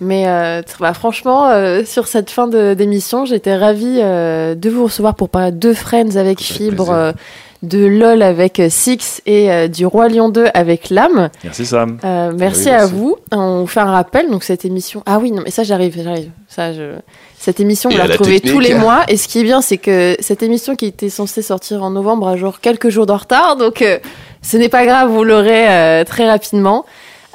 Mais euh, tr- bah, franchement, euh, sur cette fin de- d'émission, j'étais ravie euh, de vous recevoir pour parler de Friends avec fait Fibre, plaisir. euh, de LOL avec euh, Six et euh, du Roi Lion 2 avec Lame. Merci, Sam. Euh, merci Oui, à merci. vous. On vous fait un rappel, donc cette émission. Ah oui, non, mais ça j'arrive, j'arrive. Ça, je... Cette émission, Et vous à la la retrouvez tous technique. les mois. Et ce qui est bien, c'est que cette émission qui était censée sortir en novembre a genre quelques jours de retard, donc euh, ce n'est pas grave, vous l'aurez euh, très rapidement.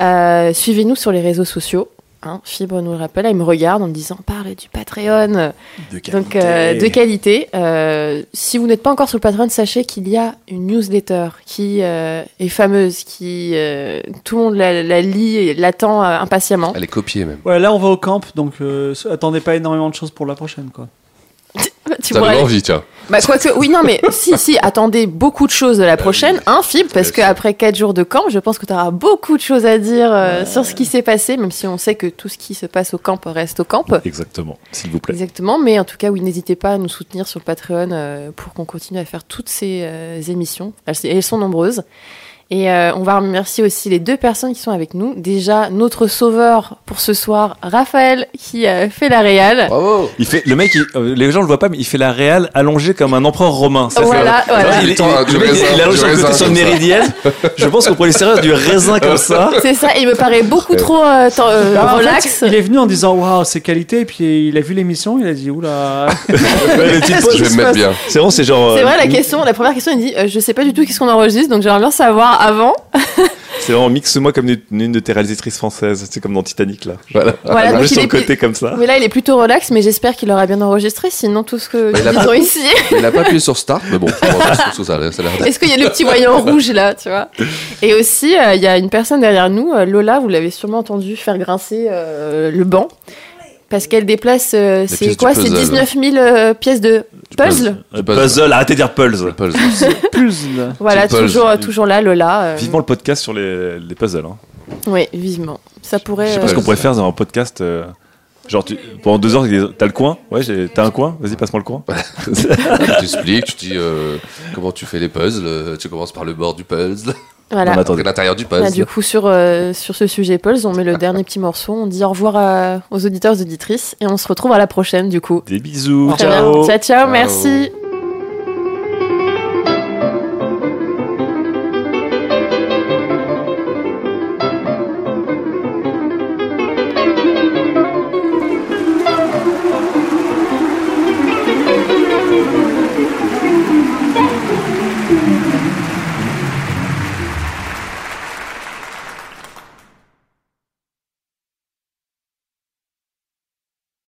Euh, Suivez-nous sur les réseaux sociaux. Hein, Fibre nous le rappelle, elle me regarde en me disant parle du Patreon. De qualité. Donc euh, de qualité. Euh, si vous n'êtes pas encore sur le Patreon, sachez qu'il y a une newsletter qui euh, est fameuse, qui euh, tout le monde la, la lit et l'attend euh, impatiemment. Elle est copiée même. Ouais, là, on va au camp, donc euh, s- attendez pas énormément de choses pour la prochaine, quoi. tu Ça donne aller- envie, tiens. Bah quoi que, oui non mais si si, attendez beaucoup de choses de la prochaine, hein Philippe, parce que Ah Bien sûr. après quatre jours de camp, je pense que tu auras beaucoup de choses à dire euh, sur ce qui s'est passé, même si on sait que tout ce qui se passe au camp reste au camp. Exactement, s'il vous plaît. Exactement, mais en tout cas, oui, n'hésitez pas à nous soutenir sur le Patreon euh, pour qu'on continue à faire toutes ces euh, émissions. Elles, elles sont nombreuses. Et euh, on va remercier aussi les deux personnes qui sont avec nous. Déjà, notre sauveur pour ce soir, Raphaël, qui euh, fait la réal. Bravo Il fait, le mec, il- euh, les gens le voient pas, mais il fait la réale allongée comme un empereur romain. Ça, Voilà, c'est- voilà. Il, est- il, Attends, le du mec, raisin, il allonge du sur le côté raisin sur comme une ça. méridienne. Je pense qu'on pourrait les servir du raisin comme ça. C'est ça, il me paraît beaucoup trop euh, ten- euh, Bah, en fait, relax. il est venu en disant waouh, c'est qualité, et puis il a vu l'émission, il a dit oula. Ouais, les petites Qu'est-ce pauses. Je vais me mettre bien. C'est vraiment, c'est genre. C'est euh, vrai, la question, la première question, il dit euh, Je sais pas du tout qu'est-ce qu'on enregistre, donc j'aimerais bien savoir avant. C'est vraiment mixe-moi comme une, une de tes réalisatrices françaises. C'est comme dans Titanic là. Voilà. Voilà, donc il Juste sur est le plus- côté comme ça. Mais là, il est plutôt relax, mais j'espère qu'il aura bien enregistré, sinon tout ce que Bah, il a nous disons pas- ici. Mais Il a pas appuyé sur Start, mais bon, je pense que ça a l'air- ça a l'air d'être. Est-ce qu'il y a le petit voyant rouge là, tu vois Et aussi, euh, il y a une personne derrière nous, euh, Lola, vous l'avez sûrement entendu faire grincer euh, le banc. Parce qu'elle déplace, euh, c'est pièces quoi du C'est puzzle. 19 000 euh, pièces de puzzle. Euh, Puzzle. Puzzle, arrêtez de dire puzzle. Paul. Puzzle. Voilà, puzzle. toujours, euh, toujours là, Lola. euh, Vivement le podcast sur les, les puzzles. Hein. Oui, vivement. Ça pourrait. Je sais pas ce euh, qu'on pourrait faire dans un podcast. euh, genre, tu- pendant deux heures, t'as le coin Ouais, j'ai- t'as un coin Vas-y, passe-moi le coin. Tu expliques, tu dis euh, comment tu fais les puzzles, euh, tu commences par le bord du puzzle, Voilà. Non, mais après attendez. l'intérieur du Bah, puzzle. du coup, sur, euh, sur ce sujet puzzle, on met le dernier petit morceau, on dit au revoir euh, à- aux auditeurs, aux auditrices, et on se retrouve à la prochaine, du coup. Des bisous. Très bien. ciao, ciao merci.